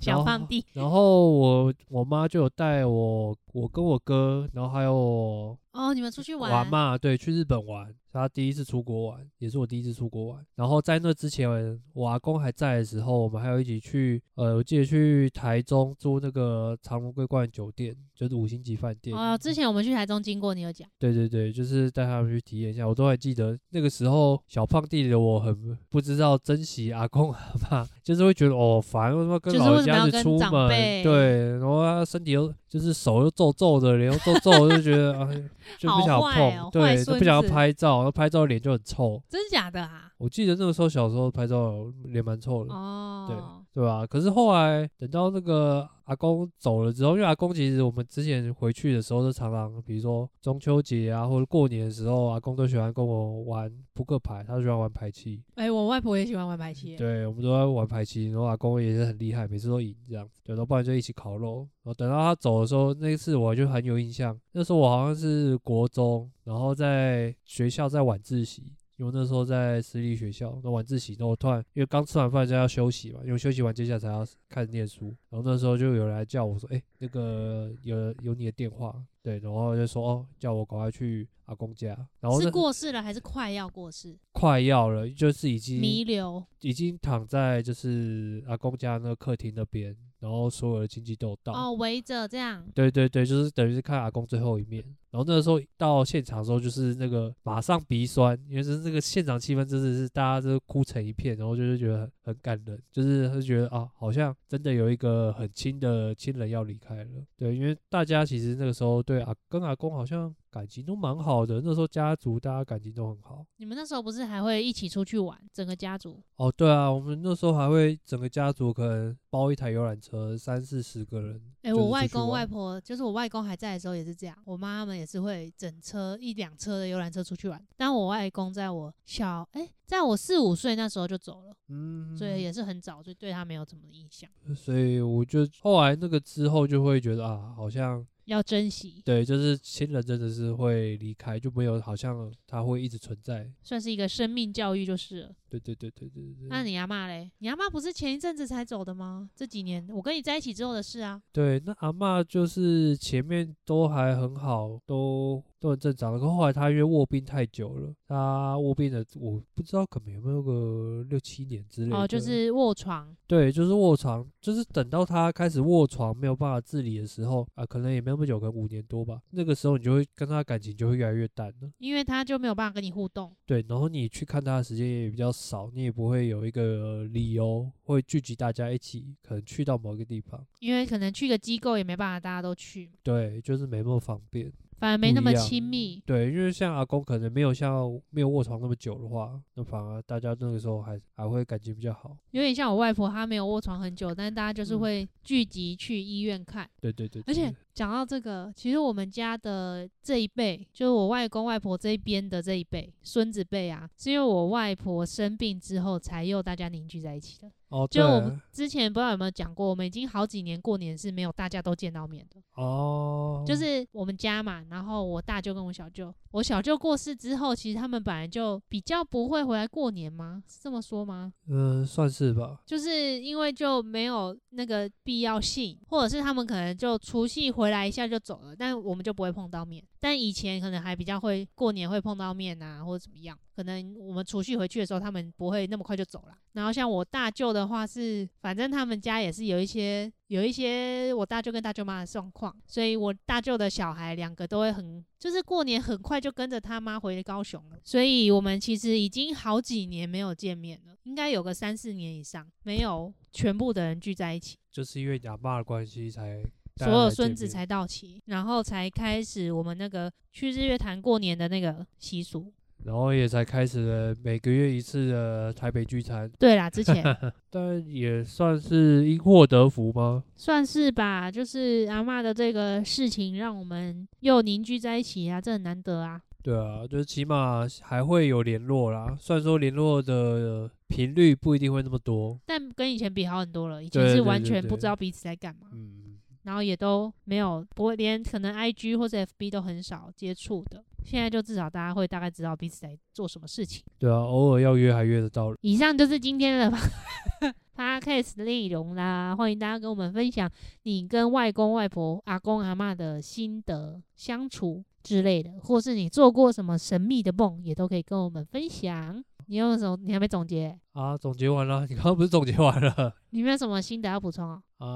[SPEAKER 1] 小胖弟，
[SPEAKER 2] 然后我我妈就有带我我跟我哥，然后还有
[SPEAKER 1] 哦，你们出去玩
[SPEAKER 2] 玩嘛，对，去日本玩，他第一次出国玩，也是我第一次出国玩。然后在那之前，我阿公还在的时候，我们还有一起去，呃，我记得去台中住那个长荣桂冠酒店，就是五星级饭店。
[SPEAKER 1] 哦，之前我们去台中经过，你有讲，
[SPEAKER 2] 对对对，就是带他们去体验一下，我都还记得那个时候，小胖弟的我很不知道珍惜阿公阿妈，就是会觉得哦烦，为什么跟
[SPEAKER 1] 就是
[SPEAKER 2] 老人
[SPEAKER 1] 为什么
[SPEAKER 2] 家
[SPEAKER 1] 要
[SPEAKER 2] 一
[SPEAKER 1] 跟
[SPEAKER 2] 起出
[SPEAKER 1] 长
[SPEAKER 2] 门？
[SPEAKER 1] 辈
[SPEAKER 2] 对，然后他身体又就是手又皱皱的，脸又皱皱，就觉得啊、 哎就不
[SPEAKER 1] 好
[SPEAKER 2] 想
[SPEAKER 1] 坏
[SPEAKER 2] 碰，
[SPEAKER 1] 哦坏
[SPEAKER 2] 对，都
[SPEAKER 1] 孙
[SPEAKER 2] 不想要
[SPEAKER 1] 子
[SPEAKER 2] 拍照，然后拍照脸就很臭。
[SPEAKER 1] 真假的啊？
[SPEAKER 2] 我记得那个时候小时候拍照脸蛮臭的，
[SPEAKER 1] 哦，
[SPEAKER 2] 嗯对吧？可是后来等到那个阿公走了之后，因为阿公其实我们之前回去的时候，都常常比如说中秋节啊，或者过年的时候，阿公都喜欢跟我玩扑克牌，他喜欢玩牌七，
[SPEAKER 1] 哎、我外婆也喜欢玩牌戏，
[SPEAKER 2] 对，我们都在玩牌七，然后阿公也是很厉害，每次都赢这样，对，然后不然就一起烤肉。然后等到他走的时候，那一次我就很有印象，那时候我好像是国中，然后在学校在晚自习。因为那时候在私立学校，那晚自习，然后我突然因为刚吃完饭就要休息嘛，因为休息完接下来才要开始念书，然后那时候就有人来叫我说，哎、那个有有你的电话，对，然后就说哦，叫我赶快去阿公家，然后
[SPEAKER 1] 是
[SPEAKER 2] 那
[SPEAKER 1] 过世了还是快要过世？
[SPEAKER 2] 快要了，就是已经
[SPEAKER 1] 弥留
[SPEAKER 2] 已经躺在就是阿公家那个客厅那边，然后所有的亲戚都有到。
[SPEAKER 1] 哦，围着这样，
[SPEAKER 2] 对对对，就是等于是看阿公最后一面。然后那个时候到现场的时候，就是那个马上鼻酸，因为就是这个现场气氛真的是大家都哭成一片，然后就是觉得很很感人，就是会觉得啊，好像真的有一个很亲的亲人要离开了。对，因为大家其实那个时候对阿跟阿公好像感情都蛮好的，那时候家族大家感情都很好。
[SPEAKER 1] 你们那时候不是还会一起出去玩，整个家族？
[SPEAKER 2] 哦，对啊，我们那时候还会整个家族可能包一台游览车，三四十个人。
[SPEAKER 1] 哎、我外公外婆就是我外公还在的时候也是这样，我妈他们也是会整车一两车的游览车出去玩。但我外公在我小哎、在我四五岁那时候就走了，
[SPEAKER 2] 嗯，
[SPEAKER 1] 所以也是很早，所以对他没有什么印象，
[SPEAKER 2] 呃所以我就后来那个之后就会觉得啊，好像
[SPEAKER 1] 要珍惜，
[SPEAKER 2] 对，就是亲人真的是会离开，就没有好像他会一直存在。
[SPEAKER 1] 算是一个生命教育就是了。
[SPEAKER 2] 对对对对对对。
[SPEAKER 1] 那你阿妈嘞？你阿妈不是前一阵子才走的吗？这几年我跟你在一起之后的事啊。
[SPEAKER 2] 对，那阿嬷就是前面都还很好，都都很正常。可后来她因为卧病太久了，她卧病了，我不知道可能有没有个六七年之类的。
[SPEAKER 1] 哦，就是卧床，
[SPEAKER 2] 对，就是卧床，就是等到他开始卧床没有办法自理的时候啊，可能也没那么久，可能五年多吧。那个时候你就会跟他感情就会越来越淡了。
[SPEAKER 1] 因为他就没有办法跟你互动，
[SPEAKER 2] 对，然后你去看他的时间也比较少，你也不会有一个理由会聚集大家一起，可能去到某个地方。
[SPEAKER 1] 因为可能去个机构也没办法大家都去嘛，
[SPEAKER 2] 对，就是没那么方便。
[SPEAKER 1] 反而没那
[SPEAKER 2] 不
[SPEAKER 1] 么
[SPEAKER 2] 一样
[SPEAKER 1] 亲密。
[SPEAKER 2] 对，因为像阿公可能没有像没有卧床那么久的话，那反而大家那个时候还还会感情比较好。
[SPEAKER 1] 有点像我外婆，她没有卧床很久，但是大家就是
[SPEAKER 2] 嗯
[SPEAKER 1] 会聚集去医院看。
[SPEAKER 2] 对对对
[SPEAKER 1] 而且
[SPEAKER 2] 对
[SPEAKER 1] 讲到这个，其实我们家的这一辈，就是我外公外婆这一边的这一辈，孙子辈啊，是因为我外婆生病之后才又大家凝聚在一起的。
[SPEAKER 2] 哦，
[SPEAKER 1] 就我
[SPEAKER 2] 对
[SPEAKER 1] 们之前不知道有没有讲过，我们已经好几年过年是没有大家都见到面的。
[SPEAKER 2] 哦，
[SPEAKER 1] 就是我们家嘛，然后我大舅跟我小舅，我小舅过世之后，其实他们本来就比较不会回来过年吗？是这么说吗？
[SPEAKER 2] 嗯、算是吧。
[SPEAKER 1] 就是因为就没有那个必要性，或者是他们可能就除夕回来一下就走了，但我们就不会碰到面。但以前可能还比较会过年会碰到面啊，或者怎么样。可能我们除夕回去的时候，他们不会那么快就走了。然后像我大舅的话是，反正他们家也是有一些有一些我大舅跟大舅妈的状况，所以我大舅的小孩两个都会很，就是过年很快就跟着他妈回高雄了。所以我们其实已经好几年没有见面了，应该有个三四年以上没有全部的人聚在一起。
[SPEAKER 2] 就是因为哑巴的关系才
[SPEAKER 1] 所
[SPEAKER 2] 大家
[SPEAKER 1] 有
[SPEAKER 2] 来
[SPEAKER 1] 孙
[SPEAKER 2] 见
[SPEAKER 1] 子
[SPEAKER 2] 面
[SPEAKER 1] 才到齐，然后才开始我们那个去日月潭过年的那个习俗。
[SPEAKER 2] 然后也才开始了每个月一次的台北聚餐，
[SPEAKER 1] 对啦，之 前
[SPEAKER 2] 但也算是因祸得福吗？
[SPEAKER 1] 算是吧，就是阿嬷的这个事情，让我们又凝聚在一起啊，这很难得啊。
[SPEAKER 2] 对啊，就是起码还会有联络啦。虽然说联络的频率不一定会那么多，
[SPEAKER 1] 但跟以前比好很多了，以
[SPEAKER 2] 对
[SPEAKER 1] 前是
[SPEAKER 2] 对
[SPEAKER 1] 完
[SPEAKER 2] 对
[SPEAKER 1] 全不
[SPEAKER 2] 对
[SPEAKER 1] 知道彼此在干嘛。
[SPEAKER 2] 嗯，
[SPEAKER 1] 然后也都没有不会连可能 IG 或者 FB 都很少接触的。现在就至少大家会大概知道彼此在做什么事情。
[SPEAKER 2] 对啊，偶尔要约还约得到人。
[SPEAKER 1] 以上就是今天的 podcast 的内容啦，欢迎大家跟我们分享你跟外公外婆、阿公阿嬷的心得、相处之类的，或是你做过什么神秘的梦，也都可以跟我们分享。你有什么？你还没总结？
[SPEAKER 2] 啊，总结完了，你刚刚不是总结完了
[SPEAKER 1] 你没有什么心得要补充哦？
[SPEAKER 2] 啊？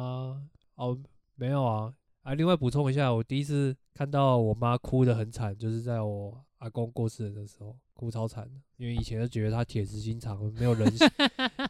[SPEAKER 2] 哦，没有啊啊！另外补充一下，我第一次看到我妈哭得很惨，就是在我阿公过世的时候，哭超惨的。因为以前就觉得他铁石心肠，没有 人性，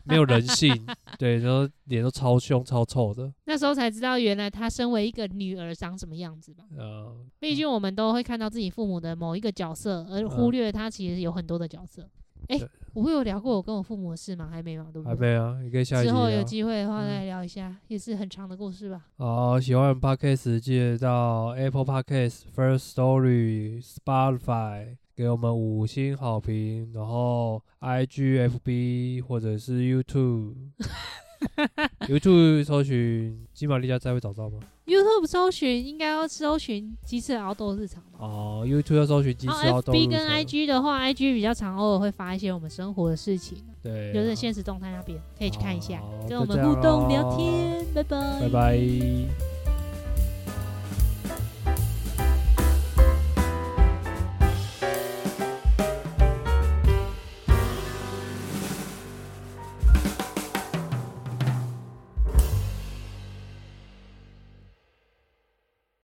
[SPEAKER 2] 没有人性，对，然后脸都超凶超臭的。
[SPEAKER 1] 那时候才知道，原来她身为一个女儿长什么样子吧。
[SPEAKER 2] 呃，
[SPEAKER 1] 毕竟我们都会看到自己父母的某一个角色，而忽
[SPEAKER 2] 嗯
[SPEAKER 1] 略他其实有很多的角色。哎、
[SPEAKER 2] 对
[SPEAKER 1] 我会有聊过我跟我父母的事吗？还没嘛，对不
[SPEAKER 2] 还
[SPEAKER 1] 对？
[SPEAKER 2] 没啊，你可以下一
[SPEAKER 1] 之
[SPEAKER 2] 集
[SPEAKER 1] 后有
[SPEAKER 2] 聊。
[SPEAKER 1] 机会的话
[SPEAKER 2] 嗯
[SPEAKER 1] 再聊一下，也是很长的故事吧。
[SPEAKER 2] 好，喜欢我们 Podcast 记得到 Apple Podcast、First Story、Spotify 给我们五星好评，然后 IG、FB 或者是 YouTube。YouTube 搜寻金玛利亚才会找到吗？
[SPEAKER 1] YouTube 搜寻应该要搜寻鸡翅熬豆日常吧。
[SPEAKER 2] 哦，YouTube 要搜寻金
[SPEAKER 1] 然
[SPEAKER 2] 丝
[SPEAKER 1] 后
[SPEAKER 2] 奥豆
[SPEAKER 1] FB 哦跟 IG 的话，IG 比较常偶尔会发一些我们生活的事情，
[SPEAKER 2] 对啊，
[SPEAKER 1] 就是现实动态那边可以去看一下
[SPEAKER 2] 好，
[SPEAKER 1] 跟我
[SPEAKER 2] 就这
[SPEAKER 1] 们
[SPEAKER 2] 样
[SPEAKER 1] 互动
[SPEAKER 2] 咯
[SPEAKER 1] 聊天，拜拜，
[SPEAKER 2] 拜拜。